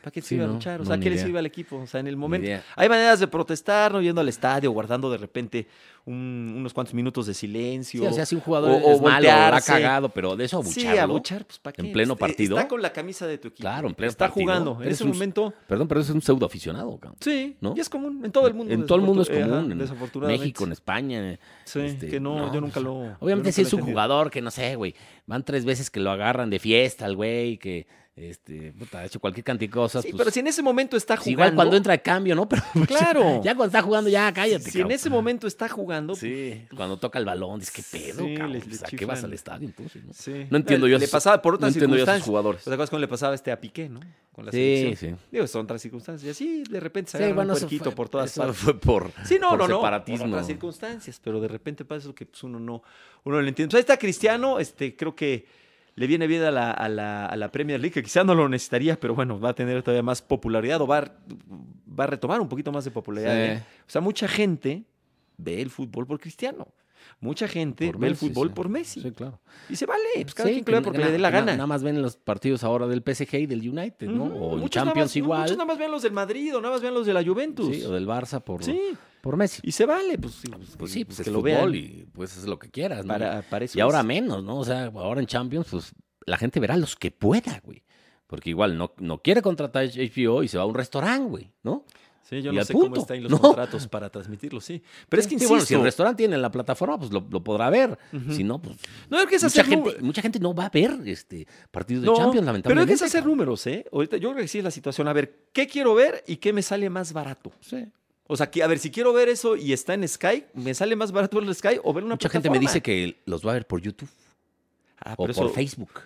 S1: ¿Para qué te
S2: Sí,
S1: sirve
S2: no,
S1: abuchar? O
S2: no,
S1: sea,
S2: ni
S1: ¿qué le
S2: idea.
S1: sirve al equipo? O sea, en el momento.
S2: idea.
S1: Hay maneras de protestar, ¿no? Yendo al estadio, guardando de repente un- unos cuantos minutos de silencio.
S2: Sí, o sea, si un jugador
S1: o-
S2: es
S1: o
S2: malo, la ha
S1: voltearse.
S2: cagado, pero de eso
S1: Sí,
S2: abucharlo.
S1: abuchar, pues ¿para qué?
S2: en pleno
S1: Pues, eh,
S2: partido.
S1: Está con la camisa de tu equipo.
S2: Claro, en pleno
S1: Está
S2: partido.
S1: jugando. En
S2: Eres
S1: ese
S2: un-
S1: momento.
S2: Perdón, pero eso es un pseudo aficionado, cabrón.
S1: Sí,
S2: ¿no?
S1: y es común. En todo el mundo.
S2: En todo el mundo es
S1: desafortun- ajá,
S2: común. en
S1: desafortunadamente.
S2: México, en España. eh,
S1: Sí,
S2: este,
S1: que no, yo
S2: no,
S1: nunca lo. yo nunca
S2: Obviamente si
S1: lo
S2: es un
S1: entendí.
S2: jugador que, no sé, güey, van tres veces que lo agarran de fiesta al güey, que, este, puta, ha hecho cualquier cantidad de cosas.
S1: Sí,
S2: pues,
S1: pero si en ese momento está
S2: pues,
S1: jugando.
S2: igual cuando entra de cambio, ¿no? Pero pues,
S1: Claro.
S2: ya cuando está jugando, ya cállate,
S1: si en
S2: cabrón.
S1: ese momento está jugando. pues,
S2: Sí, cuando toca el balón, dices, ¿qué pedo,
S1: Sí,
S2: cabrón?
S1: les-
S2: Pues,
S1: les
S2: ¿A qué vas
S1: chiflan.
S2: al estadio entonces? No,
S1: sí.
S2: No entiendo yo
S1: Le
S2: esos-
S1: pasaba por
S2: no
S1: otras
S2: entiendo yo a esos
S1: circunstancias.
S2: jugadores.
S1: ¿Te acuerdas cuando le pasaba este a Piqué, no? Con la
S2: Sí,
S1: selección.
S2: sí.
S1: Digo, son otras circunstancias. Y así, de repente se
S2: Sí,
S1: agarra
S2: bueno,
S1: un
S2: eso
S1: puerquito
S2: fue-
S1: por todas
S2: eso
S1: partes.
S2: fue por,
S1: Sí, no,
S2: por
S1: no, no.
S2: separatismo.
S1: Por otras circunstancias, pero de repente pasa eso que pues, uno no, uno no lo entiende. Pues, ahí está Cristiano, este, creo que le viene bien a la, a la- a la Premier League, que quizá no lo necesitaría, pero bueno, va a tener todavía más popularidad o va, a- va a retomar un poquito más de popularidad.
S2: Sí.
S1: ¿eh? O sea, mucha gente ve el fútbol por Cristiano. Mucha gente
S2: Por
S1: ve el
S2: Messi,
S1: fútbol
S2: sí.
S1: por Messi.
S2: Sí, claro.
S1: Y se vale, pues cada
S2: Sí,
S1: quien
S2: que
S1: lo ve
S2: na-
S1: porque
S2: que
S1: le
S2: na-
S1: dé la
S2: que na-
S1: gana.
S2: Nada más ven los partidos ahora del PSG y del United, ¿no?
S1: Ujú,
S2: O el
S1: muchos nada
S2: Champions
S1: más-
S2: igual.
S1: Muchos nada más ven los del Madrid o nada más ven los de la Juventus.
S2: Sí,
S1: Sí,
S2: o del Barça por, por Messi.
S1: y se vale, pues, sí,
S2: Pues sí, pues
S1: que
S2: es
S1: lo
S2: fútbol
S1: vean.
S2: y pues es lo que quieras, ¿no?
S1: Para, para eso
S2: Y ahora
S1: es.
S2: menos, ¿no? O sea, ahora en Champions, pues la gente verá los que pueda, güey. Porque igual no, no quiere contratar HBO y se va a un restaurante, güey, ¿no?
S1: Sí, yo
S2: Y
S1: no
S2: al
S1: sé cómo
S2: punto,
S1: están los
S2: ¿no?
S1: contratos para transmitirlo, sí. Pero es que
S2: Sí, bueno, si
S1: insisto,
S2: el restaurante tiene la plataforma, pues lo, lo podrá ver.
S1: Ujú.
S2: Si no, pues.
S1: no creo que es
S2: mucha,
S1: hacer
S2: gente,
S1: números.
S2: mucha gente no va a ver este partidos de
S1: No,
S2: Champions,
S1: pero
S2: lamentablemente.
S1: hay que es hacer números, ¿eh? Ahorita yo creo que sí es la situación. A ver, ¿qué quiero ver y qué me sale más barato?
S2: Sí.
S1: O sea, que, a ver, si quiero ver eso y está en Sky, ¿me sale más barato verlo en Sky o ver una
S2: Mucha gente me
S1: plataforma?
S2: dice que los va a ver por YouTube
S1: Ah,
S2: o
S1: pero
S2: por
S1: eso-
S2: Facebook.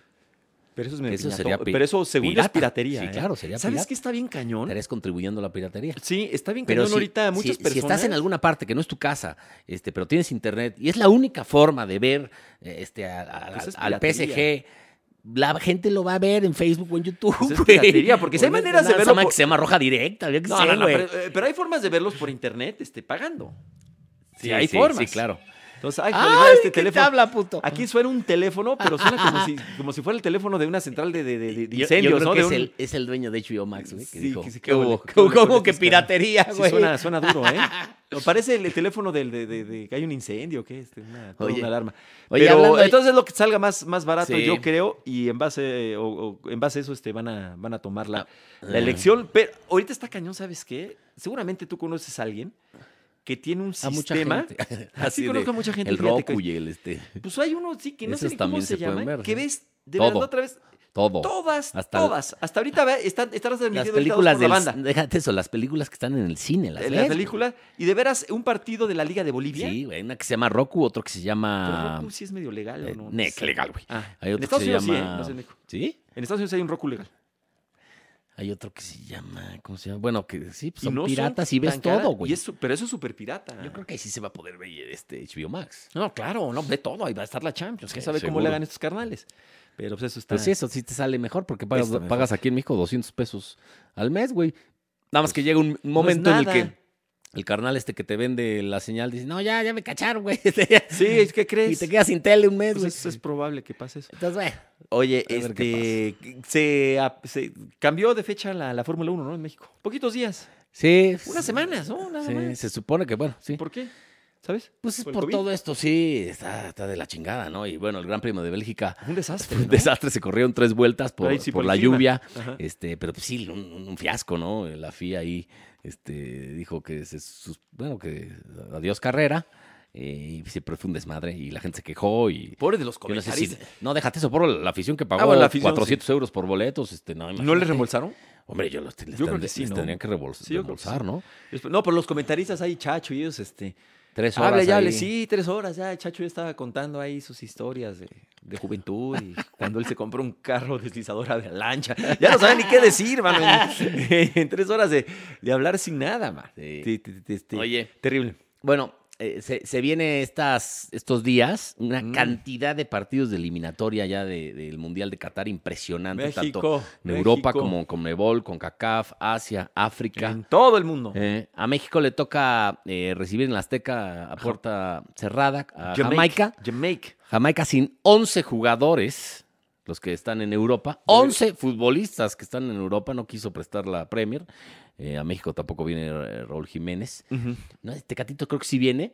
S1: Pero eso, es medio
S2: Eso
S1: piñatón.
S2: sería pi-
S1: Pero eso, según yo, es
S2: pirata.
S1: piratería.
S2: Sí,
S1: ¿eh?
S2: claro, sería
S1: ¿Sabes
S2: pirata.
S1: qué está bien cañón?
S2: Estarías contribuyendo a la piratería.
S1: Sí, está bien
S2: Pero
S1: cañón
S2: si,
S1: ahorita.
S2: si-
S1: Muchas
S2: si
S1: personas.
S2: estás en alguna parte que no es tu casa, este, pero tienes internet y es la única forma de ver eh, este, a- a-
S1: Pues es
S2: al
S1: piratería.
S2: PSG, la gente lo va a ver en Facebook o en YouTube.
S1: Pues es
S2: güey.
S1: piratería, porque si hay
S2: O en-
S1: maneras de
S2: una
S1: verlo
S2: llama
S1: por-
S2: que se llama Roja Directa, yo qué
S1: No,
S2: sé,
S1: no, no,
S2: güey.
S1: pero, eh, pero hay formas de verlos por internet, este, pagando. Sí, hay
S2: sí,
S1: formas.
S2: Sí, claro.
S1: Entonces, ay,
S2: Ay,
S1: joder, va este
S2: ¿qué te
S1: teléfono.
S2: habla, puto?
S1: Aquí suena un teléfono, pero suena como si, como si fuera el teléfono de una central de, de, de- de
S2: Yo-
S1: incendios,
S2: yo creo
S1: ¿no?
S2: que
S1: De
S2: es,
S1: un-
S2: el, es el dueño de HBO Max, güey, que
S1: Sí,
S2: dijo,
S1: que sí, qué
S2: ¿qué hubo?
S1: hubo, qué hubo
S2: ¿Cómo
S1: con
S2: que
S1: estos
S2: piratería,
S1: Sí,
S2: güey?
S1: suena, suena duro, ¿eh? Ah, No, parece el teléfono del- de, de- de que hay un incendio, que este, una, toda
S2: Oye.
S1: una alarma.
S2: Oye,
S1: Pero
S2: hablando de-
S1: entonces lo que salga más, más barato,
S2: Sí.
S1: yo creo, y en base, o- o en base a eso este, van, a, van a tomar la, la
S2: Ah.
S1: elección. Pero ahorita está cañón, ¿sabes qué? Seguramente tú conoces a alguien que tiene un
S2: A
S1: sistema.
S2: mucha gente.
S1: Así
S2: de
S1: conozco a mucha gente,
S2: El
S1: fíjate
S2: Roku
S1: que-
S2: y el este,
S1: Pues hay uno, sí, que no sé
S2: Esos
S1: ni cómo
S2: también
S1: se,
S2: se pueden
S1: llama,
S2: ver,
S1: que
S2: sí.
S1: ves de
S2: Todo.
S1: verdad otra vez
S2: todo.
S1: todas,
S2: Hasta-
S1: todas. Hasta ahorita ve, están, están
S2: Las
S1: transmitiendo ahorita dos
S2: películas
S1: por la
S2: del-
S1: banda.
S2: déjate eso, las películas que están en el cine, las
S1: Eh,
S2: ves,
S1: la
S2: güey.
S1: película. Y de veras, un partido de la Liga de Bolivia.
S2: Sí, güey, una que se llama Roku, otro que se
S1: Pero
S2: llama
S1: Roku sí es medio legal, ¿o
S2: eh,
S1: no?
S2: Nec,
S1: Sí.
S2: legal, güey.
S1: Ah,
S2: Hay
S1: en
S2: otro
S1: Estados
S2: que se
S1: Unidos sí, ¿eh?
S2: llama
S1: No sé en México.
S2: ¿Sí?
S1: En Estados Unidos hay un Roku legal.
S2: Hay otro que se llama, ¿cómo se llama? Bueno, que sí, pues
S1: Y
S2: son
S1: no son
S2: piratas y ves
S1: tan cara-
S2: todo, güey.
S1: y es su- pero eso es súper pirata.
S2: Yo creo que ahí sí se va a poder ver este HBO Max.
S1: No, claro, no, ve todo. Ahí va a estar la Champions. ¿Quién
S2: Sí,
S1: sabe cómo
S2: seguro.
S1: le hagan estos carnales? Pero pues eso está.
S2: Pues sí, eso sí te sale mejor porque pagas,
S1: Está mejor.
S2: pagas aquí en México 200 pesos al mes, güey. Nada más que llega un un
S1: Pues, no es
S2: momento en el
S1: nada.
S2: que el carnal este que te vende la señal dice, no, ya, ya me cacharon, güey.
S1: Sí, es que
S2: y
S1: crees.
S2: te quedas sin tele un mes,
S1: Pues
S2: güey.
S1: es, es probable que pase eso.
S2: Entonces, bueno.
S1: Oye,
S2: A ver qué
S1: este. Se, a- se cambió de fecha la, la Fórmula 1, ¿no? En México. Poquitos días.
S2: Sí.
S1: Unas
S2: sí,
S1: semanas, ¿no? Nada
S2: sí,
S1: más.
S2: se supone que, bueno, sí.
S1: ¿Por qué? ¿Sabes?
S2: Pues es
S1: ¿Por el
S2: por
S1: COVID?
S2: todo esto, sí, está, está de la chingada, ¿no? Y bueno, el Gran Premio de Bélgica
S1: Un desastre.
S2: fue un
S1: ¿no?
S2: desastre, se corrieron tres vueltas por,
S1: Ahí sí,
S2: por
S1: por
S2: la
S1: el clima.
S2: lluvia,
S1: Ajá.
S2: este, pero pues sí, un, un- un fiasco, ¿no? La FIA ahí este, dijo que se, sus- bueno, que adiós carrera. eh, y se fue un desmadre y la gente se quejó y...
S1: Pobre de los
S2: yo no, sé si-
S1: comentaristas. Ah,
S2: no, déjate eso por la afición que pagó
S1: bueno, la afición,
S2: 400 euros por boletos. Este, no,
S1: ¿No les
S2: imagínate.
S1: reembolsaron?
S2: Hombre, yo los, les,
S1: Yo creo
S2: tendría-
S1: que sí,
S2: les
S1: ¿no?
S2: tendrían que revol-
S1: Sí, yo creo que sí.
S2: reembolsar, ¿no?
S1: Después- No, pero los comentaristas ahí, Chacho, y ellos, este.
S2: Tres horas
S1: Hable, ya,
S2: ahí.
S1: hable, sí, tres horas. Ya, Chacho ya estaba contando ahí sus historias de, de juventud y cuando él se compró un carro deslizadora de lancha. Ya no saben ni qué decir, mano. En, en tres horas de, de hablar sin nada, man.
S2: Sí.
S1: Te- te- te- te-
S2: Oye.
S1: Terrible.
S2: Bueno, eh, se, se viene estas, estos días una
S1: Mm.
S2: cantidad de partidos de eliminatoria ya de- del Mundial de Qatar impresionante, tanto
S1: México.
S2: en Europa
S1: México,
S2: como con Nebol, con CACAF, Asia, África.
S1: En todo el mundo.
S2: Eh, a México le toca eh, recibir en la Azteca a puerta cerrada a Jamaica.
S1: Jamaica.
S2: Jamaica sin 11 jugadores, los que están en Europa. 11 futbolistas que están en Europa, no quiso prestar la Premier. Eh, a México tampoco viene eh, Raúl Jiménez.
S1: Ujú.
S2: No, este Catito creo que sí viene.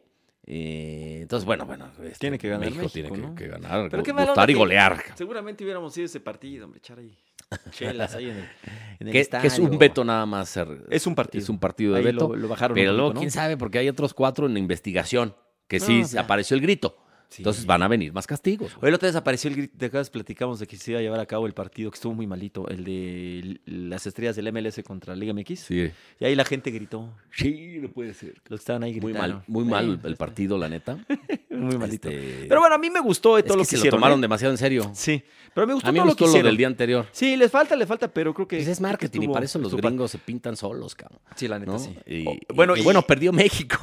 S2: Eh, entonces, bueno, bueno. este,
S1: Tiene que ganar
S2: México, tiene
S1: México,
S2: que-
S1: ¿no?
S2: que, ganar,
S1: Pero
S2: gu-
S1: qué mala
S2: gustar
S1: onda
S2: y
S1: que-
S2: golear.
S1: Seguramente hubiéramos ido a ese partido, hombre, echar ahí chelas ahí en el, en el
S2: Que, que es un
S1: estadio.
S2: veto nada más. ser-
S1: Es un partido.
S2: Es un partido de
S1: Ahí
S2: veto.
S1: Lo, lo bajaron.
S2: Pero
S1: un
S2: luego,
S1: poquito, ¿no?
S2: quién sabe, porque hay otros cuatro en investigación que sí
S1: Ah, ya.
S2: apareció el grito.
S1: Sí.
S2: Entonces van a venir más castigos. güey.
S1: Hoy la otra vez apareció el grito, de acá platicamos de que se iba a llevar a cabo el partido que estuvo muy malito, el de l- las estrellas del MLS contra Liga MX.
S2: Sí.
S1: Y ahí la gente gritó,
S2: Sí, no puede ser.
S1: los que estaban ahí
S2: Muy
S1: gritaron.
S2: mal, muy
S1: Sí,
S2: mal
S1: sí,
S2: el
S1: sí,
S2: partido, la neta.
S1: Muy malito.
S2: Este,
S1: Pero bueno, a mí me gustó de
S2: es
S1: todo
S2: que
S1: lo que
S2: se lo
S1: hicieron,
S2: tomaron
S1: ¿eh?
S2: demasiado en serio.
S1: Sí, pero me gustó
S2: A mí me
S1: todo lo que
S2: gustó lo
S1: hicieron.
S2: del día anterior.
S1: Sí, les falta, les falta, pero creo que...
S2: Pues es
S1: creo que
S2: marketing y
S1: estuvo-
S2: para eso los
S1: estuvo padre.
S2: gringos se pintan solos, cabrón.
S1: Sí, la neta,
S2: ¿no?
S1: sí. Oh,
S2: Y, bueno,
S1: bueno,
S2: y,
S1: y-
S2: bueno, perdió México.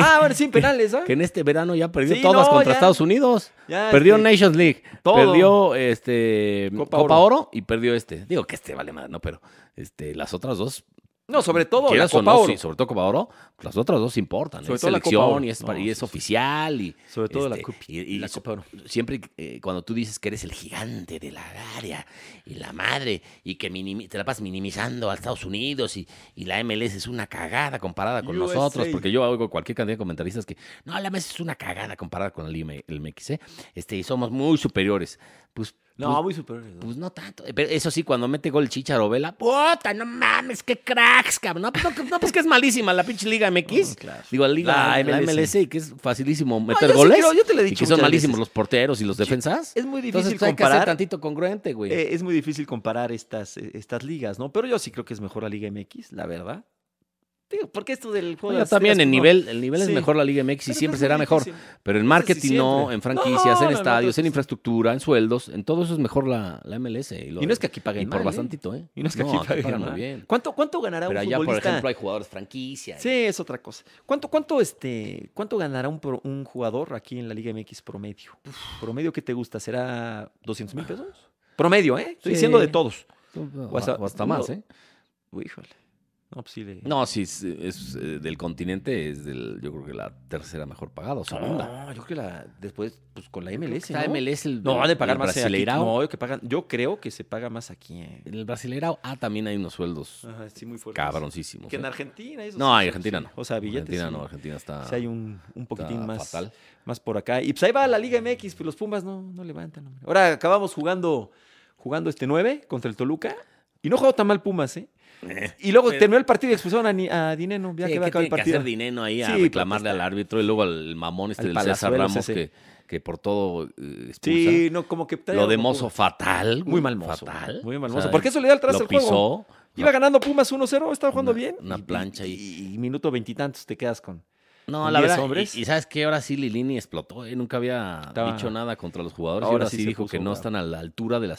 S1: Ah, bueno, sin penales, ¿ah?
S2: que en este verano ya perdió
S1: Sí,
S2: todas
S1: no,
S2: contra
S1: ya.
S2: Estados Unidos.
S1: Ya,
S2: perdió
S1: este,
S2: Nations League.
S1: todo.
S2: Perdió este, Copa,
S1: Copa
S2: Oro. y perdió este. Digo que este vale más, ¿no? Pero este, las otras dos,
S1: No, sobre todo la
S2: quieras o
S1: Copa
S2: no,
S1: Oro.
S2: sí, sobre todo Copa Oro, las otras dos importan.
S1: Sobre
S2: es
S1: todo la Copa
S2: selección
S1: Oro.
S2: y es,
S1: No,
S2: y es
S1: sí, sí.
S2: oficial. Y,
S1: Sobre todo la
S2: este,
S1: Copa-
S2: y- y
S1: la
S2: so-
S1: Copa Oro.
S2: Siempre eh, cuando tú dices que eres el gigante de la área y la madre y que minimi- te la pasas minimizando a Estados Unidos y, y la MLS es una cagada comparada con
S1: USA.
S2: nosotros, porque yo oigo cualquier cantidad de comentaristas que no, la MLS es una cagada comparada con el, IM el MX, ¿eh? este, y somos muy superiores. Pues,
S1: No,
S2: pues,
S1: muy superiores. ¿no?
S2: pues no tanto. Pero eso sí, cuando mete gol Chicharo Vela, puta, no mames, qué cracks, cabrón. No, pues, no, no, pues que es malísima la pinche Liga MX.
S1: No, claro.
S2: Digo, la Liga
S1: La
S2: la MLS.
S1: MLS.
S2: y que es facilísimo meter
S1: yo sí
S2: goles.
S1: creo, yo te lo he
S2: y
S1: dicho
S2: que son
S1: muchas
S2: malísimos
S1: veces.
S2: los porteros y los defensas.
S1: Es muy difícil
S2: Entonces pues, hay que ser
S1: comparar.
S2: tantito congruente, güey.
S1: Eh, es muy difícil comparar estas, eh, estas ligas, ¿no? Pero yo sí creo que es mejor la Liga MX, la verdad. Digo, porque esto del juego
S2: Oiga,
S1: de las
S2: también
S1: estrellas,
S2: el
S1: no.
S2: nivel, el nivel es
S1: Sí.
S2: mejor la Liga MX y
S1: Pero
S2: siempre
S1: es muy
S2: será mejor.
S1: difícil.
S2: Pero en
S1: Ese sí
S2: marketing no,
S1: siempre.
S2: en franquicias,
S1: No,
S2: en
S1: no, no,
S2: estadios, en
S1: entonces-
S2: infraestructura, en sueldos, en todo eso es mejor la, la MLS. Y, lo-
S1: Y no es que aquí paguen
S2: y por
S1: mal, ¿eh?
S2: bastantito, ¿eh?
S1: Y no es que aquí paguen
S2: pagan
S1: mal.
S2: muy bien.
S1: ¿Cuánto, cuánto ganará
S2: Pero
S1: un
S2: allá, por
S1: futbolista?
S2: ejemplo, hay jugadores franquicia.
S1: Sí, es otra cosa. ¿Cuánto, cuánto, este, cuánto ganará un, pro- un jugador aquí en la Liga MX promedio? ¿Promedio qué te gusta? ¿Será 200 mil pesos? Promedio, ¿eh? Estoy
S2: Sí.
S1: diciendo de todos.
S2: O
S1: O
S2: hasta,
S1: hasta-
S2: más,
S1: no.
S2: ¿eh?
S1: Híjole. No, pues sí le-
S2: No, sí, es, es, eh, del continente es del, yo creo que la tercera mejor pagada o segunda.
S1: No, yo creo que la, después, pues con la
S2: Creo que
S1: MLS,
S2: está
S1: ¿no?
S2: MLS el,
S1: No,
S2: el-
S1: van a pagar
S2: el
S1: más aquí.
S2: Brasileirao.
S1: No, yo, que pagan, yo creo que se paga más aquí. eh.
S2: En el Brasileirao, ah, también hay unos sueldos
S1: Ajá, sí, muy fuerte.
S2: cabroncísimos.
S1: Ah, Que en
S2: ¿eh?
S1: Argentina. eso
S2: No,
S1: sí,
S2: en Argentina
S1: sí.
S2: no.
S1: O sea, billetes.
S2: Argentina
S1: sí.
S2: no, Argentina está,
S1: Sí, hay un, un poquitín
S2: está
S1: más,
S2: fatal.
S1: más por acá. Y pues ahí va la Liga MX, pues los Pumas no, no levantan. hombre. Ahora acabamos jugando, jugando este 9 contra el Toluca. Y no jugó tan mal Pumas, ¿eh? Y luego terminó el partido y expulsaron a, Ni- a Dineno. Ya
S2: Sí,
S1: que va a acabar
S2: ¿qué
S1: el
S2: tiene que
S1: partido.
S2: hacer dinero ahí a
S1: Sí,
S2: reclamarle al
S1: protestar.
S2: árbitro y luego al mamón este
S1: Al
S2: del César
S1: Palazuelos
S2: Ramos
S1: ese.
S2: que, que por todo eh, expulsa.
S1: Sí, no, como que.
S2: Lo de mozo fatal.
S1: Muy
S2: güey,
S1: mal mozo.
S2: Fatal.
S1: Muy mal
S2: O
S1: mozo.
S2: sea,
S1: Porque eso le da atrás
S2: Lo
S1: al
S2: pisó.
S1: juego. Iba ganando Pumas 1-0, estaba jugando
S2: Una-
S1: bien.
S2: una
S1: y-
S2: plancha ahí.
S1: Y, y minuto veintitantos te quedas con.
S2: No,
S1: con
S2: la
S1: 10
S2: verdad.
S1: hombres.
S2: Y, y sabes que ahora sí Lilini explotó, ¿eh? nunca había
S1: Estaba-
S2: dicho nada contra los jugadores.
S1: Ahora
S2: y ahora
S1: sí
S2: sí,
S1: se
S2: dijo que
S1: puso
S2: no
S1: bravo.
S2: están a la altura de las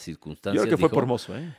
S1: Yo
S2: circunstancias.
S1: creo que fue
S2: dijo.
S1: por mozo, ¿eh?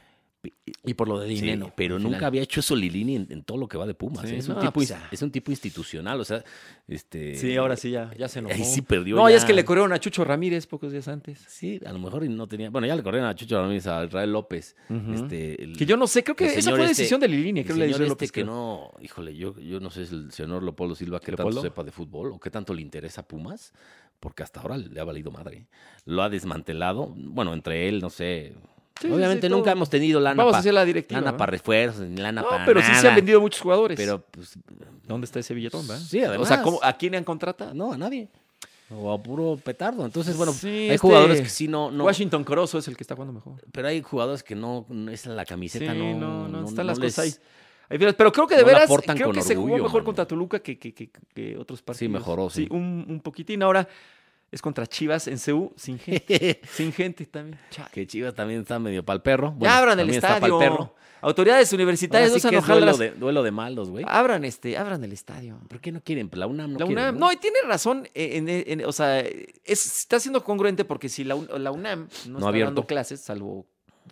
S1: Y por lo de
S2: Sí,
S1: dinero.
S2: pero nunca había hecho eso Lilini en, en todo lo que va de Pumas.
S1: Sí,
S2: ¿eh? es, un
S1: no,
S2: tipo,
S1: pues
S2: ins-
S1: ya.
S2: es un tipo institucional, o sea, este.
S1: Sí, ahora sí ya, ya se enojó.
S2: Ahí sí perdió.
S1: No, y
S2: ya.
S1: es que le corrieron a Chucho Ramírez pocos días antes.
S2: Sí, a lo mejor y no tenía. Bueno, ya le corrieron a Chucho Ramírez, a Israel López.
S1: Ujú.
S2: este, el-
S1: Que yo no sé, creo que
S2: el
S1: esa
S2: señor
S1: fue
S2: este-
S1: decisión de Lilini,
S2: el
S1: creo que la
S2: señor
S1: hizo
S2: este
S1: López.
S2: que
S1: creo.
S2: no, híjole, yo, yo no sé si el señor Leopoldo Silva que
S1: ¿Leopoldo?
S2: tanto sepa de fútbol o qué tanto le interesa a Pumas, porque hasta ahora le ha valido madre. ¿eh? Lo ha desmantelado, bueno, entre él, no sé.
S1: Sí, sí,
S2: Obviamente
S1: sí,
S2: nunca
S1: todo.
S2: hemos tenido lana
S1: Vamos a
S2: para
S1: hacer la directiva.
S2: lana
S1: ¿va?
S2: para refuerzos, ni lana
S1: No,
S2: para
S1: pero sí se han
S2: nada.
S1: vendido muchos jugadores.
S2: Pero pues
S1: ¿dónde está ese billetón, va?
S2: Sí,
S1: O sea,
S2: además.
S1: ¿cómo- ¿a quién le han contratado?
S2: no a nadie. O a puro petardo. Entonces, bueno,
S1: Sí,
S2: hay
S1: este-
S2: jugadores que sí no, no
S1: Washington Corozo es el que está jugando mejor.
S2: pero hay jugadores que no, no es la camiseta,
S1: Sí,
S2: no,
S1: no, no, están las
S2: les-
S1: cosas ahí. Hay fieras, Pero creo que de
S2: No la
S1: veras,
S2: portan
S1: creo
S2: con
S1: que se jugó
S2: orgullo,
S1: mejor
S2: mano.
S1: contra Toluca que, que- que- que otros partidos.
S2: mejoró, sí.
S1: un, un poquitín. Ahora es contra Chivas en CU, sin gente. sin gente también. Chale.
S2: que Chivas también está medio pa'l perro.
S1: ya abran el
S2: Está
S1: estadio.
S2: pa'l perro.
S1: Autoridades
S2: Ahora
S1: universitarias,
S2: sí
S1: no
S2: que
S1: sean
S2: es duelo
S1: hojaldras.
S2: de, duelo de malos, güey.
S1: Abran, este, abran el estadio.
S2: ¿Por qué no quieren? La UNAM no
S1: la
S2: quiere,
S1: UNAM, no, y tiene razón, eh, en- en- o sea, es- está siendo congruente porque si la, un- la UNAM no, está
S2: abierto.
S1: dando clases, salvo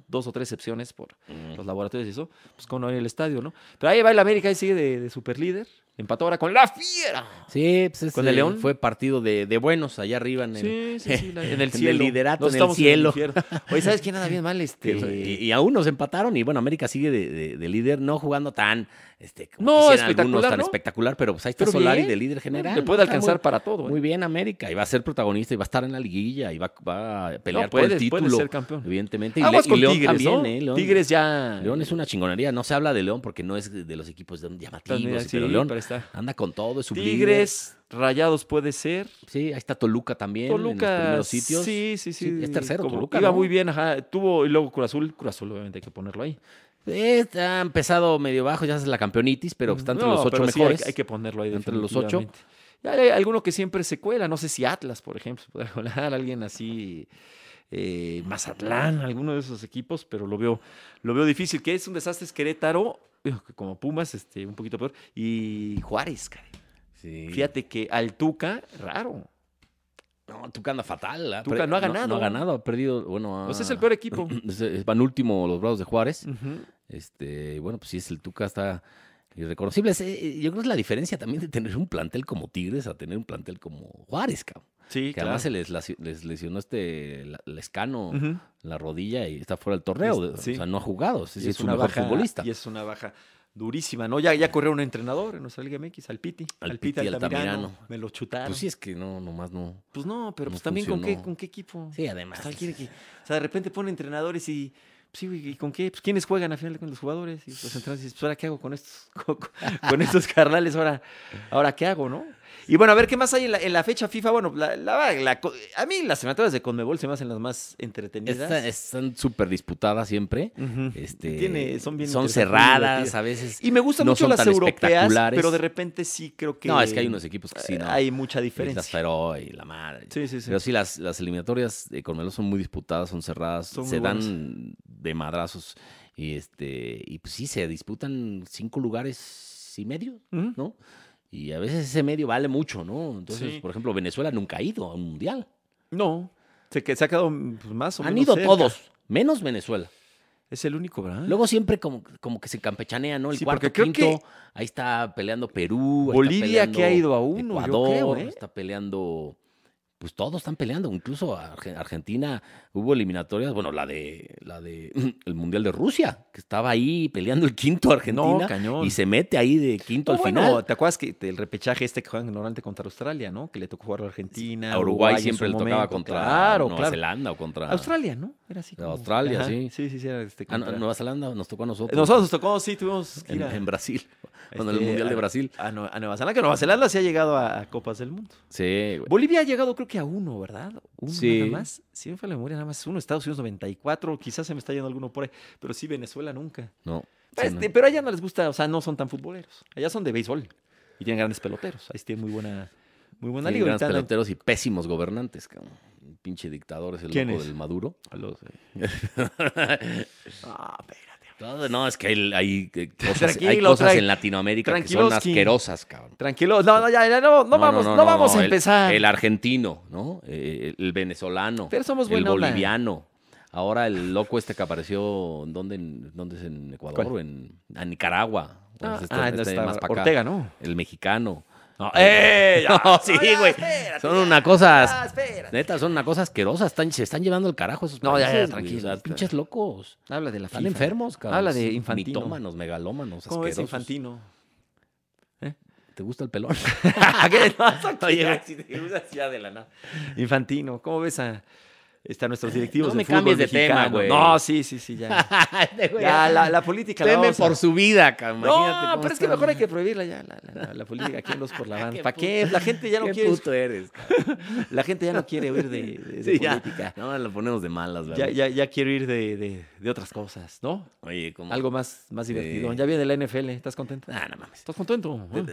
S1: dos o tres excepciones por
S2: Mm.
S1: los laboratorios y eso, pues con el estadio, ¿no? Pero ahí va el América y sigue de, de superlíder, empató ahora con la fiera.
S2: Sí, pues
S1: ¿Con
S2: ese
S1: el León?
S2: Fue partido de, de buenos allá arriba en el...
S1: Sí, sí, sí, la- en
S2: en
S1: el
S2: el
S1: cielo.
S2: liderato,
S1: No
S2: en el
S1: estamos
S2: cielo.
S1: infierno. Oye, ¿sabes quién anda bien mal? Este...
S2: Y, y aún nos empataron y bueno, América sigue de, de- de líder, no jugando tan, este, como
S1: No,
S2: quisieran
S1: espectacular,
S2: algunos, tan
S1: ¿no?
S2: espectacular, pero pues ahí está
S1: Pero
S2: Solari
S1: bien.
S2: de líder general.
S1: Le puede
S2: Está
S1: alcanzar
S2: muy-
S1: para todo. ¿eh?
S2: Muy bien América, y va a ser protagonista, y va a estar en la liguilla, y va, va a pelear
S1: No, puede,
S2: por el
S1: puede
S2: título,
S1: ser campeón.
S2: evidentemente. Y,
S1: Aguas
S2: Le- y
S1: con
S2: León
S1: Tigres,
S2: también,
S1: ¿no?
S2: ¿eh? León,
S1: Tigres eh, ya...
S2: León es una chingonería, no se habla de León porque no es de los equipos de-
S1: También,
S2: llamativos,
S1: sí,
S2: pero León
S1: pero está.
S2: anda con todo, es un
S1: Tigres, Rayados puede ser.
S2: Sí, ahí está Toluca también, en los
S1: Toluca.
S2: primeros sitios.
S1: Sí, sí, sí.
S2: Sí, es tercero
S1: como
S2: Toluca,
S1: Iba
S2: ¿no?
S1: muy bien, ajá. Tuvo, y luego Cruz Azul. Cruz Azul, obviamente, hay que ponerlo ahí.
S2: Eh, ha empezado medio bajo, ya es la campeonitis, pero está entre
S1: No,
S2: los ocho
S1: pero sí, hay-
S2: mejores.
S1: hay, que ponerlo ahí.
S2: Entre los ocho.
S1: definitivamente. Ya hay alguno que siempre se cuela. No sé si Atlas, por ejemplo, puede colar. Alguien así. eh, Mazatlán, alguno de esos equipos, pero lo veo, lo veo difícil. Que es un desastre es Querétaro, digo, que como Pumas, este, un poquito peor. Y Juárez, caray.
S2: Sí.
S1: Fíjate que al Tuca, raro.
S2: No, Tuca anda fatal. ¿ah?
S1: Tuca
S2: Pero-
S1: no ha
S2: No,
S1: ganado.
S2: ha ganado, ha perdido. Bueno,
S1: Pues es
S2: ha-
S1: el peor equipo.
S2: es- es- Van último los Bravos de Juárez.
S1: Ujú.
S2: Este, bueno, pues sí, es el Tuca está irreconocible. Es, eh, Yo creo que es la diferencia también de tener un plantel como Tigres a tener un plantel como Juárez, cabrón.
S1: Sí,
S2: que además se les, laci- les lesionó este la- Lescano
S1: Ujú.
S2: la rodilla y está fuera del torneo.
S1: Es- sí.
S2: O sea, no ha jugado. Sí,
S1: Y
S2: sí, es, su mejor futbolista.
S1: Y es una baja durísima, ¿no? Ya, ya corrió un entrenador en nuestra Liga MX, al Piti.
S2: Al
S1: Al Piti
S2: Piti
S1: Altamirano.
S2: Altamirano.
S1: Me lo chutaron.
S2: Pues
S1: Pues,
S2: sí, es que no, nomás no.
S1: no, pero
S2: no
S1: pues también con qué,
S2: funcionó.
S1: con qué equipo.
S2: Sí,
S1: Pues,
S2: además.
S1: tal, quiere que- o sea, de repente pone entrenadores y. pues, sí, güey, ¿y con qué? Pues quiénes juegan al final con los jugadores. Y pues entonces dices, pues ahora qué hago con estos, con, con estos carnales, ahora, ahora qué hago, ¿no? Y bueno, a ver qué más hay en la, en la fecha FIFA. Bueno, la, la- la co- a mí las semanas de Conmebol se me hacen las más entretenidas.
S2: Esta- están súper disputadas siempre.
S1: Ujú.
S2: Este,
S1: Tiene- son bien interesantes,
S2: cerradas
S1: divertidas.
S2: a veces.
S1: Y me gustan
S2: no
S1: mucho
S2: son
S1: las
S2: tan
S1: europeas,
S2: espectaculares.
S1: pero de repente sí creo que.
S2: No, es que hay unos equipos que sí, no.
S1: Hay mucha
S2: Islas
S1: diferencia.
S2: Feroe y la madre.
S1: Sí, sí, sí.
S2: Pero sí, las, las eliminatorias de Conmebol son muy disputadas, son cerradas,
S1: Son muy
S2: se dan de madrazos. Y este y pues sí, se disputan cinco lugares y medio,
S1: Ujú.
S2: ¿no? Y a veces ese medio vale mucho, ¿no? Entonces,
S1: Sí.
S2: por ejemplo, Venezuela nunca ha ido a un mundial.
S1: No. Se, que, se ha quedado pues, más o
S2: Han
S1: menos
S2: ido
S1: cerca.
S2: todos, menos Venezuela.
S1: Es el único, ¿verdad?
S2: Luego siempre como, como que se campechanea, ¿no? El
S1: Sí,
S2: cuarto,
S1: porque creo
S2: quinto, ahí está peleando Perú. ahí está
S1: Bolivia que ha
S2: peleando
S1: ido a uno, yo
S2: Ecuador,
S1: creo, ¿eh?
S2: está peleando... Pues todos están peleando, incluso Arge- Argentina hubo eliminatorias, bueno, la de la de el Mundial de Rusia, que estaba ahí peleando el quinto Argentina
S1: No, cañón.
S2: y se mete ahí de quinto
S1: No,
S2: al
S1: Pues bueno,
S2: final.
S1: ¿te acuerdas que el repechaje este que juegan ignorante contra Australia, ¿no? Que le tocó jugar a Argentina.
S2: A Uruguay
S1: en
S2: siempre
S1: su
S2: le tocaba
S1: momento,
S2: contra
S1: Claro,
S2: Nueva
S1: claro.
S2: Zelanda o contra
S1: Australia, ¿no? Era así. como-
S2: Australia,
S1: Ajá.
S2: sí.
S1: Sí, sí, sí. Era este,
S2: Ah, no,
S1: contra-
S2: Nueva Zelanda nos tocó a nosotros.
S1: Nosotros nos tocó, sí, tuvimos que
S2: en,
S1: ir a,
S2: en Brasil, cuando en el
S1: este,
S2: Mundial de
S1: a-
S2: Brasil.
S1: A, Nue- a Nueva Zelanda, que Nueva Zelanda sí ha llegado a- a Copas del Mundo.
S2: Sí, güey.
S1: Bolivia ha llegado creo que a uno, ¿verdad? Uno
S2: Pues Sí.
S1: nada más. Si me fue la memoria, nada más uno. Estados Unidos 94, quizás se me está yendo alguno por ahí. Pero sí, Venezuela nunca.
S2: No.
S1: Pero,
S2: sí, no.
S1: este, pero allá no les gusta, o sea, no son tan futboleros. Allá son de béisbol y tienen grandes peloteros. Ahí tienen muy buena, muy buena
S2: Sí,
S1: liga.
S2: grandes
S1: Ahorita andan
S2: peloteros y pésimos gobernantes, cabrón. Un Pinche dictador es el
S1: ¿Quién
S2: loco
S1: es?
S2: del Maduro.
S1: a los, eh. Ah, espérate.
S2: Todo- No, es que hay, hay eh, cosas, hay
S1: Tranquilo,
S2: cosas
S1: tra-
S2: en Latinoamérica que son
S1: tranquiloski.
S2: asquerosas, cabrón.
S1: Tranquilo, no, no, ya, ya, no, no, vamos, no, vamos
S2: no,
S1: a
S2: el-
S1: empezar.
S2: El, argentino, ¿no? Eh, El, el venezolano.
S1: Pero somos
S2: El
S1: buena onda.
S2: boliviano. Ahora el loco este que apareció, ¿en ¿dónde, en- dónde es? ¿En Ecuador
S1: ¿Cuál?
S2: o en a Nicaragua?
S1: ah,
S2: Pues este-
S1: ah,
S2: este
S1: no está
S2: más pa' acá.
S1: Ortega, ¿no?
S2: El mexicano.
S1: ¡Eh! ya.
S2: No, sí,
S1: No, ya,
S2: güey.
S1: espérate,
S2: son
S1: ya,
S2: una cosa.
S1: ya, espérate.
S2: Neta, son una cosa asquerosa. Están, se están llevando el carajo esos
S1: No, ya, ya,
S2: países, güey.
S1: tranquilo,
S2: O sea,
S1: está.
S2: pinches locos.
S1: Habla de la
S2: Están
S1: FIFA.
S2: enfermos, cabrón.
S1: Habla de Infantino.
S2: Mitómanos, megalómanos,
S1: ¿Cómo es
S2: asquerosos.
S1: infantino?
S2: ¿Te gusta el pelón?
S1: ¿Qué? No, eso
S2: Oye,
S1: ya,
S2: güey.
S1: si te gusta, ya de la nada. Infantino, ¿cómo ves a, están nuestros directivos
S2: No
S1: de
S2: me
S1: fútbol
S2: cambies de tema,
S1: mexicano.
S2: güey.
S1: No, sí, sí, sí, ya.
S2: Este güey,
S1: Ya, la, la política la
S2: teme
S1: vamos a-
S2: por su vida, cabrón. Imagínate
S1: No,
S2: cómo
S1: pero es que
S2: está.
S1: mejor hay que prohibirla ya, la, la- la política aquí en los por la banda.
S2: Qué
S1: ¿Para qué? La gente ya no
S2: Qué
S1: quiere,
S2: puto eres, cabrón.
S1: la gente ya no quiere oír de, de- de
S2: Sí, ya.
S1: política.
S2: No, lo ponemos de malas,
S1: Ya,
S2: ¿verdad?
S1: ya, ya quiero ir de, de- de otras cosas, ¿no?
S2: Oye, como...
S1: Algo más, más
S2: Sí.
S1: divertido. Ya viene la NFL, ¿estás contento?
S2: Ah, no mames.
S1: ¿Estás contento? ¿Eh?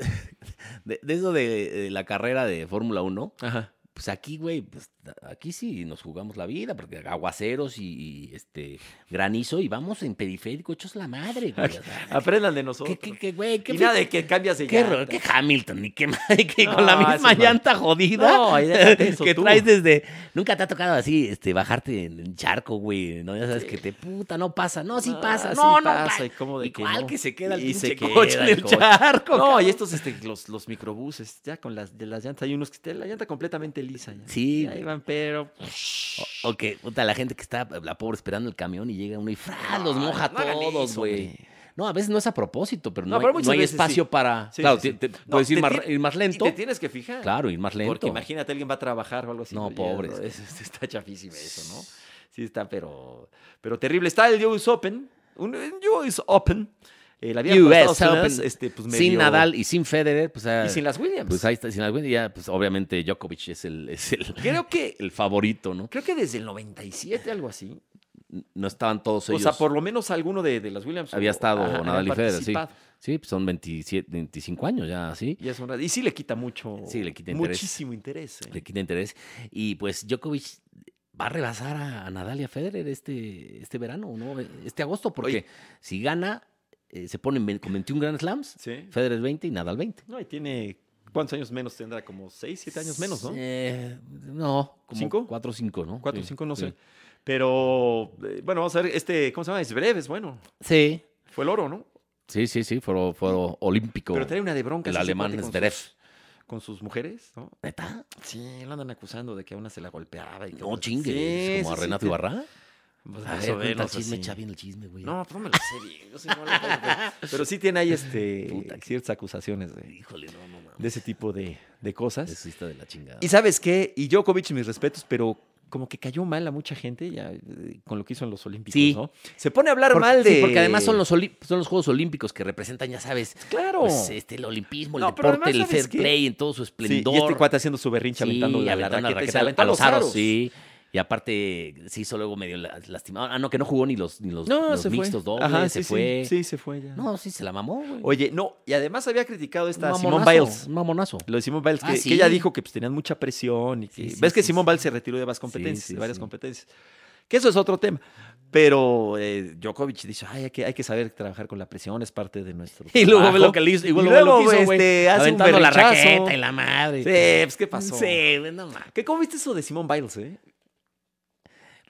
S2: De, de eso de, de la carrera de Fórmula 1,
S1: Ajá.
S2: pues aquí, güey, pues, aquí sí nos jugamos la vida, porque aguaceros y, y, este granizo y vamos en periférico, hechos la madre, güey. o sea,
S1: Aprendan de nosotros.
S2: ¿Qué, qué, qué, güey? ¿Qué,
S1: y nada de que cambias de
S2: qué
S1: llanta.
S2: error, qué Hamilton? ¿Y qué, madre, que
S1: No,
S2: con la
S1: ese
S2: misma
S1: es mal.
S2: llanta jodida?
S1: No, ahí déjate eso
S2: que
S1: tú.
S2: traes desde. Nunca te ha tocado así, este, bajarte en el charco, güey. No, ya sabes que te puta, no pasa. No, sí
S1: Ah,
S2: pasa.
S1: sí
S2: No, no
S1: pasa,
S2: pasa.
S1: y cómo de que
S2: Igual
S1: no.
S2: que se queda el
S1: Y se
S2: pinche
S1: queda
S2: coche en
S1: el
S2: el
S1: coche.
S2: charco.
S1: No, y estos, este, los, los microbuses, ya con las, de las llantas, hay unos que tienen la llanta completamente lisa. Ya.
S2: Sí,
S1: Ahí
S2: güey.
S1: van, pero...
S2: O- O que, puta, la gente que está, la pobre, esperando el camión y llega uno y ¡fra! los moja
S1: no hagan
S2: todos,
S1: eso,
S2: güey.
S1: hombre.
S2: No, a veces no es a propósito, pero no,
S1: No, pero
S2: hay, no
S1: muchas
S2: hay
S1: veces
S2: espacio
S1: sí.
S2: para.
S1: Sí,
S2: claro,
S1: sí, sí.
S2: te- te-
S1: No,
S2: puedes ir,
S1: te
S2: más,
S1: tien-
S2: ir más
S1: Y
S2: Oh, lento.
S1: te tienes que fijar.
S2: Claro, ir más lento.
S1: Porque imagínate, alguien va a trabajar o algo así.
S2: No,
S1: ya,
S2: pobres.
S1: es- es- está chafísimo eso, ¿no? Sí, está, pero, pero terrible. Está el US Open. Un, un US Open. eh, El abierto de
S2: US
S1: pues, Estados Unidos,
S2: Open,
S1: este, pues,
S2: Sin
S1: medio-
S2: Nadal y sin Federer, pues, ah,
S1: Y sin las Williams.
S2: pues ahí está, sin algún ya, pues obviamente Djokovic es el, es el,
S1: creo, que,
S2: el favorito, ¿no?
S1: creo que desde el 97, algo así.
S2: No estaban todos ellos.
S1: O sea, por lo menos alguno de, de las Williams.
S2: Había
S1: o-
S2: estado
S1: ajá,
S2: Nadal
S1: habían
S2: y Federer, sí.
S1: participado.
S2: Sí, pues son 27, 25 años ya, sí.
S1: Y, es una- y sí le quita mucho.
S2: Sí, le quita interés.
S1: muchísimo interés. ¿eh?
S2: le quita interés. Y pues Djokovic va a rebasar a, a Nadal y a Federer este, este verano, ¿no? Este agosto, porque
S1: Oye.
S2: si gana, eh, se ponen ve- con 21 Grand Slams,
S1: Sí.
S2: Federer 20 y Nadal 20.
S1: No, y tiene. ¿Cuántos años menos tendrá? Como 6, 7 años menos, ¿no?
S2: Eh, no, como
S1: ¿Cinco?
S2: 4 o 5, ¿no?
S1: 4
S2: Sí,
S1: 5, no
S2: sí.
S1: sé. Pero, eh, bueno, vamos a ver, este, ¿cómo se llama? Es breve, es bueno.
S2: Sí,
S1: Fue el oro, ¿no?
S2: sí, sí, sí, fue, fue olímpico.
S1: Pero trae una de bronca.
S2: el
S1: ese
S2: alemán
S1: cuate
S2: es
S1: con
S2: Zverev.
S1: sus- Con sus mujeres, ¿no?
S2: ¿Neta?
S1: Sí, lo andan acusando de que a una se la golpeaba. Y que
S2: No
S1: otras-
S2: chingues,
S1: Sí,
S2: como a
S1: sí, sí,
S2: Renato
S1: te-
S2: Ibarra.
S1: Pues,
S2: A
S1: más
S2: ver,
S1: o
S2: cuenta el
S1: menos
S2: chisme,
S1: así.
S2: Chavi, el chisme, güey.
S1: No, pues no me lo sé bien. yo sí no lo sé, pero, pero sí tiene ahí este,
S2: Puta, que-
S1: ciertas acusaciones de,
S2: Híjole, no, no, mames.
S1: de ese tipo de, de cosas.
S2: Eso sí está de la chingada.
S1: Y sabes qué, y Djokovic, mis respetos, pero como que cayó mal a mucha gente ya, eh, con lo que hizo en los Olímpicos,
S2: Sí.
S1: ¿no? Se pone a hablar
S2: Porque-
S1: mal de...
S2: sí, porque además son los, oli- son los Juegos Olímpicos que representan, ya sabes,
S1: Claro.
S2: pues, este, el olimpismo, el
S1: No, pero
S2: deporte,
S1: además,
S2: el fair
S1: ¿sabes qué?
S2: play en todo su
S1: Sí,
S2: esplendor.
S1: y este cuate haciendo su berrinche
S2: Sí,
S1: aventando la, la
S2: aventando la
S1: raqueta, y se aventó
S2: raqueta a los aros, sí. Y aparte se hizo luego medio la- lastimado. Ah, no, que no jugó ni los, ni los,
S1: No,
S2: los
S1: se fue.
S2: mixtos dobles,
S1: Ajá, sí,
S2: se
S1: sí,
S2: fue.
S1: Sí, se fue ya.
S2: No, sí, se la mamó, güey.
S1: Oye, no, y además había criticado esta
S2: Un
S1: Simone
S2: mamonazo,
S1: Biles.
S2: un mamonazo.
S1: Lo de Simone Biles,
S2: Ah,
S1: que,
S2: sí.
S1: que ella dijo que pues, tenían mucha presión y que.
S2: Sí, sí,
S1: Ves que
S2: sí,
S1: Simone
S2: sí.
S1: Biles se retiró de varias competencias,
S2: sí,
S1: de varias
S2: sí.
S1: competencias. Que eso es otro tema. Pero eh, Djokovic dice: Ay, hay que, hay que saber trabajar con la presión, es parte de nuestro.
S2: Y luego
S1: trabajo".
S2: ve lo que le hizo. Igual
S1: Y
S2: luego,
S1: luego,
S2: lo que hizo, güey.
S1: este, hace un
S2: aventando la
S1: berrinchazo.
S2: raqueta y la madre.
S1: Sí, pues, ¿qué pasó?
S2: Sí, güey, no mames.
S1: ¿Qué, ¿Cómo viste eso de Simone Biles, eh?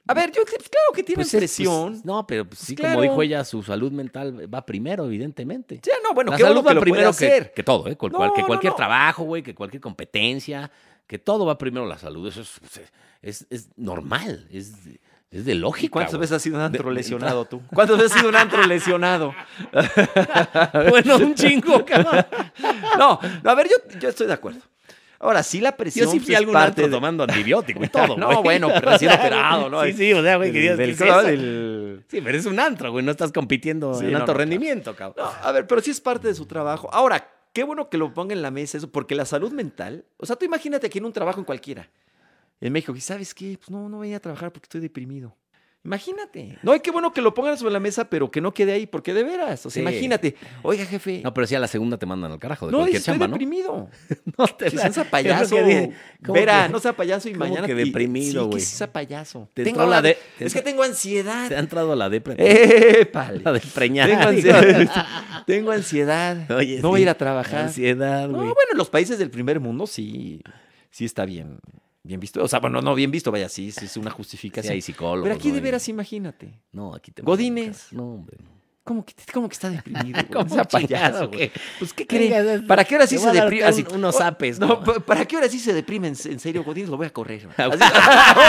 S1: A ver, yo pues, claro que tiene
S2: Pues es, pues,
S1: presión.
S2: no, pero pues, sí,
S1: Claro.
S2: como dijo ella, su salud mental va primero, evidentemente.
S1: Ya, no, bueno,
S2: la
S1: qué
S2: salud
S1: bueno que
S2: va
S1: lo puede
S2: primero que,
S1: hacer.
S2: que todo, ¿eh? Cual- cual-
S1: No,
S2: que
S1: no,
S2: cualquier
S1: no.
S2: trabajo, güey, que cualquier competencia, que todo va primero la salud. Eso es, pues, es, es normal, es, es de
S1: ¿Y
S2: lógica.
S1: cuántas
S2: güey.
S1: veces has sido un
S2: De-
S1: antro
S2: de
S1: lesionado tú? ¿Cuántas veces has sido un antro lesionado?
S2: Bueno, un chingo, cabrón.
S1: No, no, a ver, yo, yo estoy de acuerdo. Ahora, sí la presión
S2: Yo sí
S1: pues,
S2: fui
S1: es
S2: a algún
S1: parte
S2: antro
S1: de-
S2: tomando antibiótico y todo,
S1: No,
S2: güey.
S1: bueno, pero recién operado, ¿no?
S2: Sí, sí, o sea, güey, que
S1: del-
S2: digas,
S1: del-
S2: ¿qué es
S1: ¿cómo se llama?
S2: eso?
S1: Del-
S2: Sí, pero es un antro, güey, no estás compitiendo
S1: Sí,
S2: en
S1: no, no,
S2: alto
S1: claro.
S2: rendimiento,
S1: No,
S2: cabrón.
S1: a ver, pero sí es parte de su trabajo. Ahora, qué bueno que lo ponga en la mesa eso, porque la salud mental, o sea, tú imagínate aquí en un trabajo en cualquiera, en México, y sabes qué, pues no, no voy a ir a trabajar porque estoy deprimido. Imagínate. No, y qué bueno que lo pongan sobre la mesa, pero que no quede ahí, porque de veras, o sea,
S2: Sí.
S1: imagínate, oiga, jefe,
S2: No, pero sí a la segunda te mandan al carajo de
S1: no,
S2: cualquier
S1: dices, estoy
S2: chamba, ¿no?
S1: deprimido.
S2: No te
S1: Que
S2: da-
S1: seas a payaso.
S2: Es lo que dije. ¿Cómo
S1: Vera,
S2: que
S1: no sea payaso y
S2: cómo
S1: mañana.
S2: que
S1: te-
S2: deprimido,
S1: sí,
S2: güey?
S1: que sí sea payaso.
S2: Te
S1: Tengo
S2: entró la
S1: la-
S2: de- Eh, te
S1: es que
S2: entró-
S1: tengo ansiedad.
S2: Te ha entrado la depre.
S1: ¡Épale!
S2: La de preñar.
S1: Tengo ansiedad. tengo ansiedad.
S2: Oye,
S1: no
S2: sí.
S1: voy a ir a trabajar.
S2: Ansiedad,
S1: No,
S2: güey.
S1: bueno, en los países del primer mundo sí, sí está bien, bien visto. O sea, bueno, no bien visto, vaya, sí, sí es una
S2: Sí,
S1: justificación.
S2: hay psicólogos.
S1: Pero aquí
S2: ¿no?
S1: de veras, imagínate.
S2: No, aquí te
S1: Godínez.
S2: No, hombre.
S1: ¿Cómo que, cómo que está deprimido? güey?
S2: ¿Cómo
S1: No sea
S2: chingado,
S1: payaso,
S2: qué?
S1: güey. Pues, ¿qué
S2: Venga,
S1: creen?
S2: es-
S1: ¿Para qué hora sí
S2: te voy
S1: se
S2: a dar
S1: deprime?
S2: un-
S1: Así,
S2: unos
S1: oh,
S2: apes,
S1: No,
S2: ¿no?
S1: pa- ¿para qué hora sí se deprime? En, en serio, Godín, lo voy a correr. güey.
S2: Ah,
S1: Así-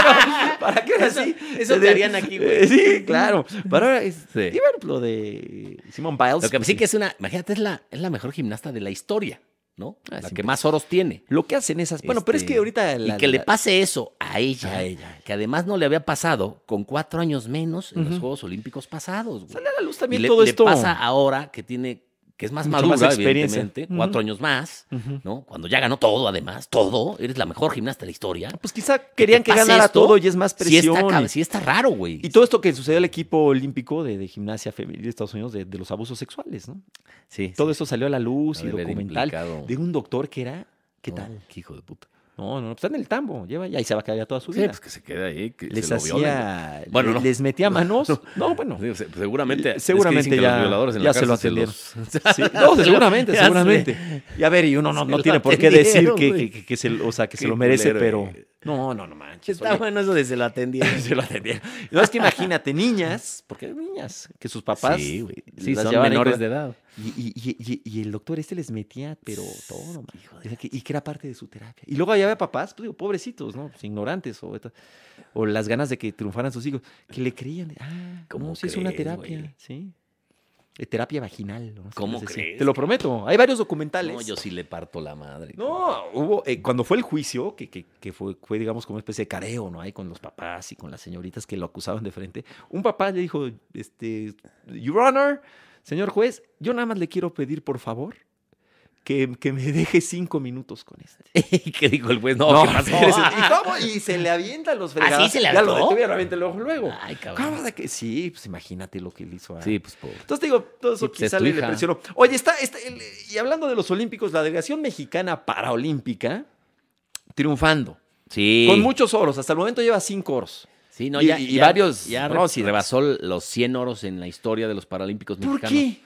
S1: ¿Para qué hora
S2: Eso-
S1: sí?
S2: eso
S1: se
S2: te
S1: de-
S2: harían aquí, güey.
S1: Sí, claro. Para ahora es,
S2: Sí.
S1: Y bueno, lo de Simone Biles.
S2: Lo que
S1: pues,
S2: sí que es una. Imagínate, es la, es la mejor gimnasta de la historia. ¿no?
S1: Ah,
S2: la
S1: es
S2: que más oros tiene.
S1: Lo que hacen esas. Bueno, pero es
S2: Este,
S1: que ahorita. la-
S2: y que le
S1: la-
S2: pase eso a ella,
S1: A ella.
S2: que además no le había pasado con cuatro años menos en los
S1: Ujú.
S2: Juegos Olímpicos pasados. güey.
S1: Sale a la luz también
S2: y le,
S1: todo
S2: le
S1: esto.
S2: pasa ahora que tiene que es más
S1: Mucho
S2: madura,
S1: más experiencia.
S2: evidentemente,
S1: Ujú.
S2: cuatro años más,
S1: Ujú.
S2: ¿no? Cuando ya ganó todo, además, todo, eres la mejor gimnasta de la historia.
S1: Pues quizá querían que
S2: pase
S1: ganara
S2: esto,
S1: todo y es más
S2: Sí
S1: presión.
S2: está,
S1: y-
S2: cab- sí está raro, güey.
S1: Y todo esto que sucedió al equipo olímpico de, de gimnasia femenil de Estados Unidos de, de los abusos sexuales, ¿no?
S2: Sí, sí,
S1: Todo esto salió a la luz
S2: ha
S1: y
S2: de haber
S1: documental
S2: implicado-
S1: de un doctor que era, ¿qué
S2: no,
S1: tal?
S2: qué hijo de puta.
S1: No, no, no, pues está en el tambo, lleva ya y se va a quedar ya toda su
S2: Sí,
S1: vida.
S2: pues que se quede ahí, que
S1: les
S2: se lo violen, güey.
S1: hacía,
S2: Bueno,
S1: le-
S2: no.
S1: les metía manos. No, bueno.
S2: Sí, se- seguramente, es que
S1: Seguramente
S2: dicen que los
S1: ya-
S2: violadores en
S1: ya
S2: la
S1: se lo
S2: cárcel
S1: Sí, no, seguramente,
S2: Ya sé.
S1: seguramente. Y a ver, y uno no,
S2: Se
S1: no
S2: lo
S1: tiene por qué decir
S2: atendieron,
S1: que,
S2: güey.
S1: que- que- que se, o sea, que se
S2: Qué
S1: lo merece,
S2: culero, eh.
S1: pero...
S2: güey.
S1: No, no, no manches.
S2: Está
S1: oye.
S2: bueno eso de se lo atendieron.
S1: Se lo atendieron. No, es que imagínate, niñas, porque hay niñas, que sus papás
S2: Sí, güey. Sí,
S1: las
S2: son
S1: llevaban ahí
S2: menores
S1: con-
S2: de edad.
S1: Y, y- y- y- y el doctor este les metía, pero todo, man. O sea, que- y que era parte de su terapia. Y luego allá había papás, pues, digo, pobrecitos, ¿no? Pues, ignorantes o, esta- o las ganas de que triunfaran sus hijos, que le creían, ah,
S2: ¿Cómo
S1: no, sí es una
S2: crees,
S1: terapia,
S2: güey?
S1: sí. Eh, terapia vaginal. ¿no?
S2: ¿Cómo
S1: Sí, sí, sí.
S2: crees?
S1: Te lo prometo. Hay varios documentales.
S2: No, yo sí le parto la madre.
S1: No, hubo, eh, cuando fue el juicio, que, que- que fue, fue, digamos, como una especie de careo, ¿no? Ahí con los papás y con las señoritas que lo acusaban de frente. Un papá le dijo, este, Your Honor, señor juez, yo nada más le quiero pedir, por favor, que, que me deje cinco minutos con este.
S2: ¿Y qué dijo el juez? No, ¿qué pasó? ¿Ah,
S1: ¿Y cómo? Y se le avientan los fregados.
S2: se le
S1: Ah, Ya lo
S2: aventó?
S1: detuvieron, obviamente, luego, luego.
S2: Ay, cabrón.
S1: ¿Cómo de que? Sí, pues imagínate lo que le hizo a...
S2: Sí, pues pobre.
S1: Entonces te digo, todo eso
S2: Sí, pues, es
S1: quizá
S2: tu
S1: le,
S2: hija.
S1: le presionó. Oye, está, está- el- y hablando de los olímpicos, la delegación mexicana paraolímpica triunfando.
S2: Sí.
S1: Con muchos oros. Hasta el momento lleva cinco oros.
S2: Sí, no,
S1: y-
S2: ya,
S1: y
S2: ya-
S1: varios
S2: Ya re-
S1: bronces.
S2: rebasó los 100 oros en la historia de los Paralímpicos
S1: ¿Por
S2: mexicanos.
S1: qué?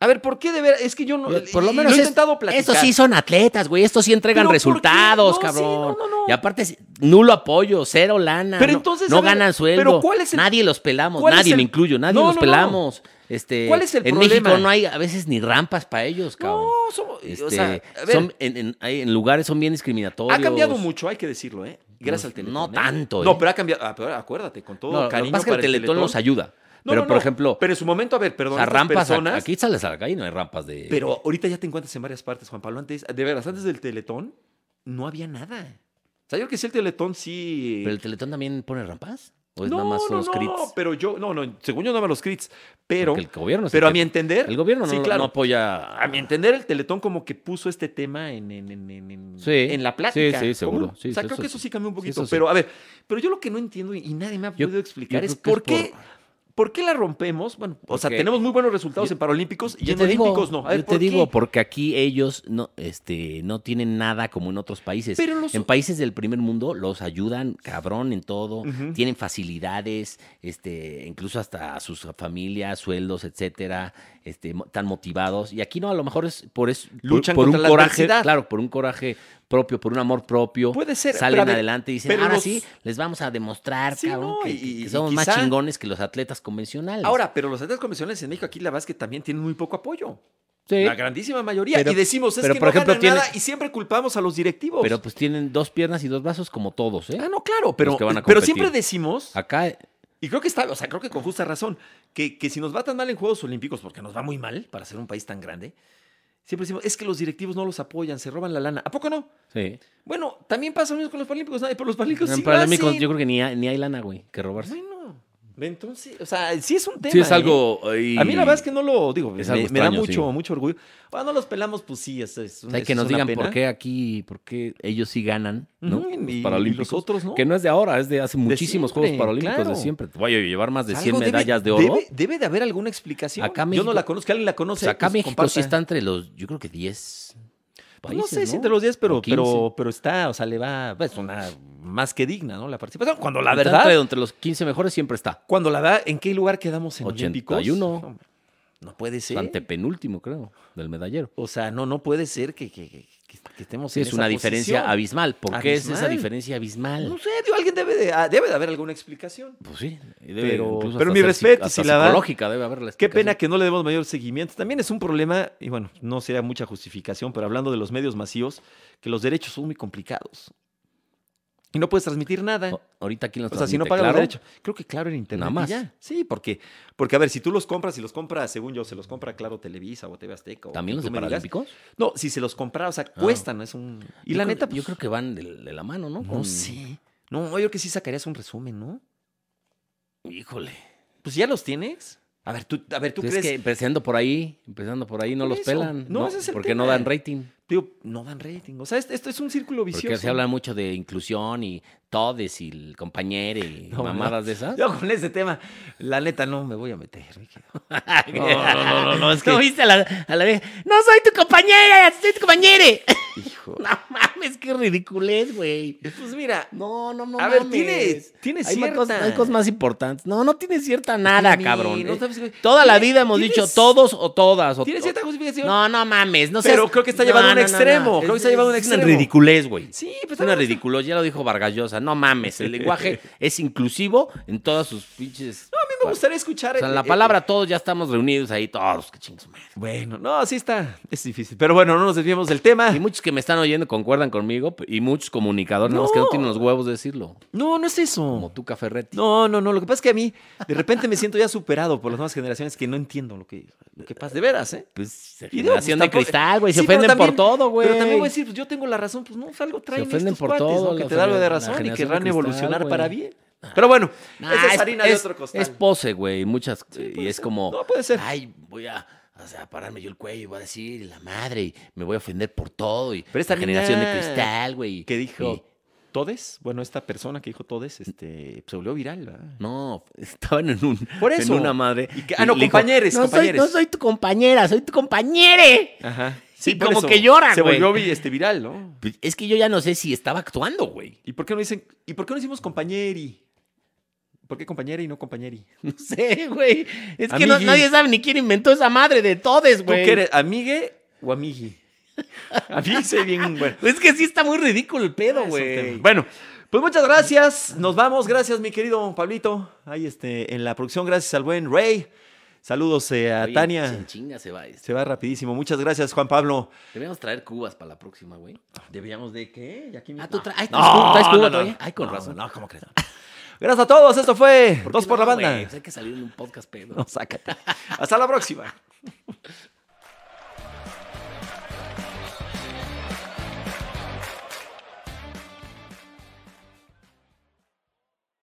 S1: A ver, ¿por qué de ver? Es que yo no.
S2: Por lo
S1: y
S2: menos
S1: he
S2: es-
S1: intentado platicar.
S2: Estos sí son atletas, güey. Estos sí entregan
S1: ¿Pero por qué?
S2: resultados,
S1: No, sí,
S2: cabrón.
S1: no, no, no.
S2: Y aparte, sí, nulo apoyo, cero lana.
S1: Pero
S2: no-
S1: entonces,
S2: no
S1: a ver,
S2: ganan sueldo.
S1: pero ¿cuál es el-
S2: nadie los pelamos,
S1: cuál es
S2: nadie
S1: el-
S2: me incluyo, nadie
S1: No,
S2: los
S1: no, no.
S2: pelamos. Este,
S1: ¿Cuál es el
S2: en
S1: problema?
S2: México no hay a veces ni rampas para ellos, cabrón.
S1: No, somos- o
S2: Este,
S1: sea, a ver,
S2: son- en, en- hay- en lugares son bien discriminatorios.
S1: ha cambiado mucho, hay que decirlo, ¿eh? Gracias al Teletón.
S2: no
S1: ¿eh?
S2: tanto,
S1: No,
S2: ¿eh?
S1: pero ha cambiado. ah, pero acuérdate, con todo
S2: No, lo que
S1: cariño.
S2: pasa es que el
S1: para
S2: Teletón, nos ayuda.
S1: No,
S2: pero,
S1: no,
S2: por
S1: no,
S2: ejemplo,
S1: Pero en su momento, a ver, perdón.
S2: las
S1: estas
S2: rampas, a-
S1: personas-
S2: aquí sales a la calle y no hay rampas de...
S1: Pero ahorita ya te encuentras en varias partes, Juan Pablo. Antes, de veras, antes del Teletón no había nada. O sea, yo creo que sí el Teletón sí.
S2: ¿Pero el Teletón también pone rampas? ¿O es nada más son
S1: no,
S2: los
S1: no,
S2: crits?
S1: pero yo, no, no, según yo no me los crits, pero,
S2: Porque el gobierno es el
S1: pero a
S2: que-
S1: mi entender,
S2: El gobierno
S1: sí,
S2: no,
S1: claro,
S2: no apoya.
S1: a mi entender el Teletón como que puso este tema en, en, en, en- en-
S2: Sí,
S1: en la plática.
S2: sí, sí, seguro,
S1: común.
S2: sí,
S1: o sea,
S2: eso
S1: creo que
S2: sí.
S1: eso sí cambió un poquito,
S2: eso sí.
S1: pero a ver, pero yo lo que no entiendo y, y nadie me ha
S2: Yo-
S1: podido explicar
S2: yo
S1: es
S2: creo
S1: por
S2: que es
S1: qué, por qué la rompemos. Bueno, o sea,
S2: Porque-
S1: tenemos muy buenos resultados
S2: Yo-
S1: en Paralímpicos y
S2: Yo
S1: en
S2: te digo,
S1: Olímpicos no. A ver,
S2: yo te
S1: ¿por qué?
S2: digo, pues, porque aquí ellos no, este, no tienen nada como en otros países.
S1: Pero los-
S2: en países del primer mundo los ayudan, cabrón, en todo.
S1: Ujú.
S2: Tienen facilidades, este, incluso hasta a sus familias, sueldos, etcétera, este, mo- tan motivados. Y aquí no, a lo mejor es por eso. por-
S1: Luchan
S2: por,
S1: contra
S2: un
S1: la
S2: coraje,
S1: adversidad.
S2: claro, por un coraje propio, por un amor propio.
S1: Puede ser, pero
S2: Salen
S1: a ver,
S2: adelante y dicen,
S1: pero
S2: ahora
S1: los-
S2: sí, les vamos a demostrar,
S1: Sí,
S2: cabrón,
S1: no,
S2: que,
S1: y-
S2: que
S1: y
S2: somos más
S1: quizá-
S2: chingones que los atletas convencionales.
S1: Ahora, pero los atletas convencionales en México aquí la verdad es que también tienen muy poco apoyo.
S2: Sí.
S1: La grandísima mayoría.
S2: Pero-
S1: y decimos, es
S2: pero,
S1: que
S2: por
S1: no
S2: ejemplo,
S1: ganan
S2: tienes-
S1: nada y siempre culpamos a los directivos.
S2: Pero pues tienen dos piernas y dos brazos como todos, ¿eh?
S1: ah, no, claro, pero,
S2: que van a
S1: pero
S2: competir.
S1: siempre decimos,
S2: Acá,
S1: y creo que está, o sea, creo que con justa razón, que, que si nos va tan mal en Juegos Olímpicos, porque nos va muy mal para ser un país tan grande, siempre decimos, es que los directivos no los apoyan, se roban la lana. ¿A poco no?
S2: sí.
S1: Bueno, también pasa lo mismo con los Paralímpicos, ¿no? Y por los Paralímpicos sí lo
S2: En Paralímpicos
S1: hacen.
S2: yo creo que ni hay, ni hay lana, güey, que robarse.
S1: Bueno, entonces, o sea, sí es un tema.
S2: sí, es
S1: ¿eh?
S2: algo...
S1: A mí la verdad es que no lo digo, me,
S2: Es algo
S1: me da
S2: extraño,
S1: mucho,
S2: sí.
S1: mucho orgullo. Cuando los pelamos, pues sí, es, es un-
S2: Hay que
S1: es
S2: nos
S1: una
S2: digan
S1: pena.
S2: por qué aquí, por qué ellos sí ganan, ¿no?
S1: Ujú,
S2: Los
S1: y- y
S2: Paralímpicos.
S1: los otros no.
S2: Que no es de ahora, es de hace muchísimos
S1: siempre,
S2: Juegos Paralímpicos
S1: claro.
S2: de siempre. Voy a llevar más de
S1: Pues Algo
S2: 100
S1: debe-
S2: medallas de oro.
S1: Debe, debe de haber alguna explicación.
S2: Acá
S1: Yo
S2: México-
S1: no la conozco, alguien la
S2: Pues
S1: conoce.
S2: acá
S1: pues,
S2: México sí
S1: comparta.
S2: está entre los, yo creo que 10
S1: Pues
S2: países,
S1: no sé si entre los 10, pero, pero, pero está, o sea, le va, pues una más que digna, ¿no? La participación. Cuando la verdad,
S2: Entre, entre los 15 mejores siempre está.
S1: cuando la verdad, ¿en qué lugar quedamos en
S2: 81.
S1: Olímpicos? No, No puede ser.
S2: Antepenúltimo, creo, del medallero.
S1: O sea, no, no puede ser que, que, que- que estemos
S2: Sí,
S1: en
S2: es una
S1: esa
S2: diferencia
S1: posición.
S2: abismal. ¿Por qué es esa
S1: Abismal.
S2: diferencia abismal?
S1: No sé, digo, alguien debe de, ah, debe de haber alguna explicación.
S2: Pues sí. y
S1: Pero-
S2: incluso
S1: pero mi
S2: hasta ser psi-
S1: respeto,
S2: hasta
S1: si la da-
S2: psicológica debe haber la
S1: Qué pena
S2: explicación.
S1: que no le demos mayor seguimiento. También es un problema, y bueno, no sería mucha justificación, pero hablando de los medios masivos, que los derechos son muy complicados. Y no puedes transmitir nada.
S2: O- Ahorita aquí los
S1: O sea, si no
S2: transmite
S1: pagas
S2: Claro.
S1: el derecho. Creo que claro en internet.
S2: Nada
S1: y
S2: más.
S1: ya. Sí, porque, porque a ver, si tú los compras, si los compras, según yo, se los compra Claro Televisa o TV Azteca. o
S2: ¿También los
S1: quien
S2: de
S1: tú me digas.
S2: Paralímpicos?
S1: No, si se los compra, o sea, cuestan, es un. Y
S2: Yo
S1: la
S2: creo-
S1: neta,
S2: Yo
S1: pues,
S2: creo que van de, de la mano, ¿no?
S1: no
S2: Con-
S1: sé. No, yo creo que sí sacarías un resumen, ¿no?
S2: Híjole.
S1: Pues ya los tienes. A ver, tú, a ver, ¿tú
S2: Pues
S1: crees
S2: es que empezando por ahí, empezando por ahí, no
S1: Por
S2: los
S1: eso.
S2: pelan.
S1: No, ese es el
S2: porque no
S1: tema.
S2: dan rating.
S1: Digo, no dan rating. O sea, es- esto es un círculo vicioso.
S2: Porque se habla mucho de inclusión y todes y el compañero y
S1: No,
S2: mamadas de esas.
S1: Yo con ese tema, la neta, no me voy a meter. mi querido.
S2: no, no, no, no,
S1: es que-
S2: viste a la, a la vieja? No soy tu compañera, soy tu compañere.
S1: Hijo.
S2: No mames, qué ridiculez, güey.
S1: Pues mira,
S2: No, no, no.
S1: a ver,
S2: mames.
S1: tiene, tiene
S2: Hay, más
S1: cierta...
S2: cosas, hay cosas más importantes. No, no tiene cierta nada,
S1: Jimmy,
S2: cabrón.
S1: no
S2: eh.
S1: sabes-
S2: Toda la
S1: tiene-
S2: vida hemos
S1: tienes-
S2: dicho todos o todas. O,
S1: Tiene
S2: o-
S1: cierta justificación.
S2: No, no mames. No
S1: Pero
S2: seas-
S1: creo que está
S2: No,
S1: llevado a un
S2: no, no, no.
S1: extremo, creo que está llevado a un
S2: Es
S1: extremo.
S2: una ridiculez, güey.
S1: Sí,
S2: Es
S1: pues
S2: una
S1: no, no,
S2: ridiculez, ya lo dijo Vargas Llosa. No mames, el lenguaje es inclusivo en todas sus pinches.
S1: A mí me gustaría escuchar...
S2: O sea, en la
S1: eh, eh,
S2: palabra todos ya estamos reunidos ahí, todos, qué chingos, madre.
S1: Bueno, no, sí está. Es difícil. Pero bueno, no nos desviemos del tema.
S2: Y muchos que me están oyendo concuerdan conmigo p- y muchos comunicadores, nada más que no
S1: No.
S2: tienen los huevos de decirlo.
S1: No, no es
S2: Como
S1: eso.
S2: tú, Ferretti.
S1: No, no, no. Lo que pasa es que a mí, de repente me siento ya superado por las nuevas generaciones que no entiendo lo que, lo que pasa. De veras, ¿eh?
S2: Pues,
S1: digo,
S2: generación
S1: pues,
S2: de
S1: tampoco-
S2: cristal, güey. Se
S1: Sí, pero
S2: ofenden por
S1: también-
S2: todo, güey.
S1: Pero también voy a decir, pues yo tengo la razón, pues no, algo traen
S2: ofenden
S1: estos
S2: por
S1: cuates,
S2: todo,
S1: ¿no? que
S2: la
S1: te dan algo de
S2: generación- la
S1: razón y
S2: generación de
S1: querrán
S2: cristal,
S1: evolucionar
S2: güey.
S1: para bien. Pero bueno,
S2: Nah,
S1: esa es harina de otro costal.
S2: Ah, Es pose, güey. Muchas. eh, y
S1: puede
S2: es
S1: ser.
S2: como.
S1: No, puede ser.
S2: Ay, voy a. O sea, pararme yo el cuello y voy a decir y la madre y me voy a ofender por todo y
S1: Pero esta
S2: la generación de
S1: niña
S2: cristal, güey.
S1: que dijo
S2: y-
S1: Todes, bueno, esta persona que dijo Todes, este, se volvió viral, ¿verdad?
S2: no, estaban en un
S1: Por eso.
S2: en una madre.
S1: Y que- ah, no,
S2: le dijo,
S1: compañeres,
S2: no soy,
S1: compañeres".
S2: no soy tu compañera, soy tu compañere.
S1: Ajá.
S2: Sí,
S1: por
S2: como que lloran,
S1: Se
S2: güey.
S1: volvió vi- este, viral, ¿no?
S2: Pues, Es que yo ya no sé si estaba actuando, güey.
S1: ¿Y por qué no dicen, y por qué no decimos compañeri? ¿Por qué compañera y no compañeri?
S2: No sé, güey. Es que no-
S1: Amigui.
S2: nadie sabe ni quién inventó esa madre de todes,
S1: ¿Tú
S2: güey.
S1: qué eres, amigue o amigui? A mí soy bien bueno.
S2: Es que sí está muy ridículo el pedo,
S1: Ah, es un tema.
S2: güey.
S1: Bueno, pues muchas gracias. Nos vamos. Gracias, mi querido Pablito. Ahí este, en la producción, gracias al buen Rey. Saludos eh, a
S2: Oye,
S1: Tania.
S2: en chinga se va este.
S1: Se va rapidísimo. Muchas gracias, Juan Pablo.
S2: Deberíamos traer cubas para la próxima, güey.
S1: ¿Debíamos de qué? ¿Ya
S2: Ah, tú
S1: No,
S2: traes, traes cuba- traes cuba
S1: no, no.
S2: todavía. Ay, con
S1: No,
S2: razón.
S1: no, ¿cómo crees? Gracias a todos. Esto fue
S2: ¿Por qué
S1: Dos por
S2: no,
S1: la
S2: güey?
S1: Banda.
S2: Pues hay que salir en un podcast, pedo.
S1: No, sácate. Hasta la próxima.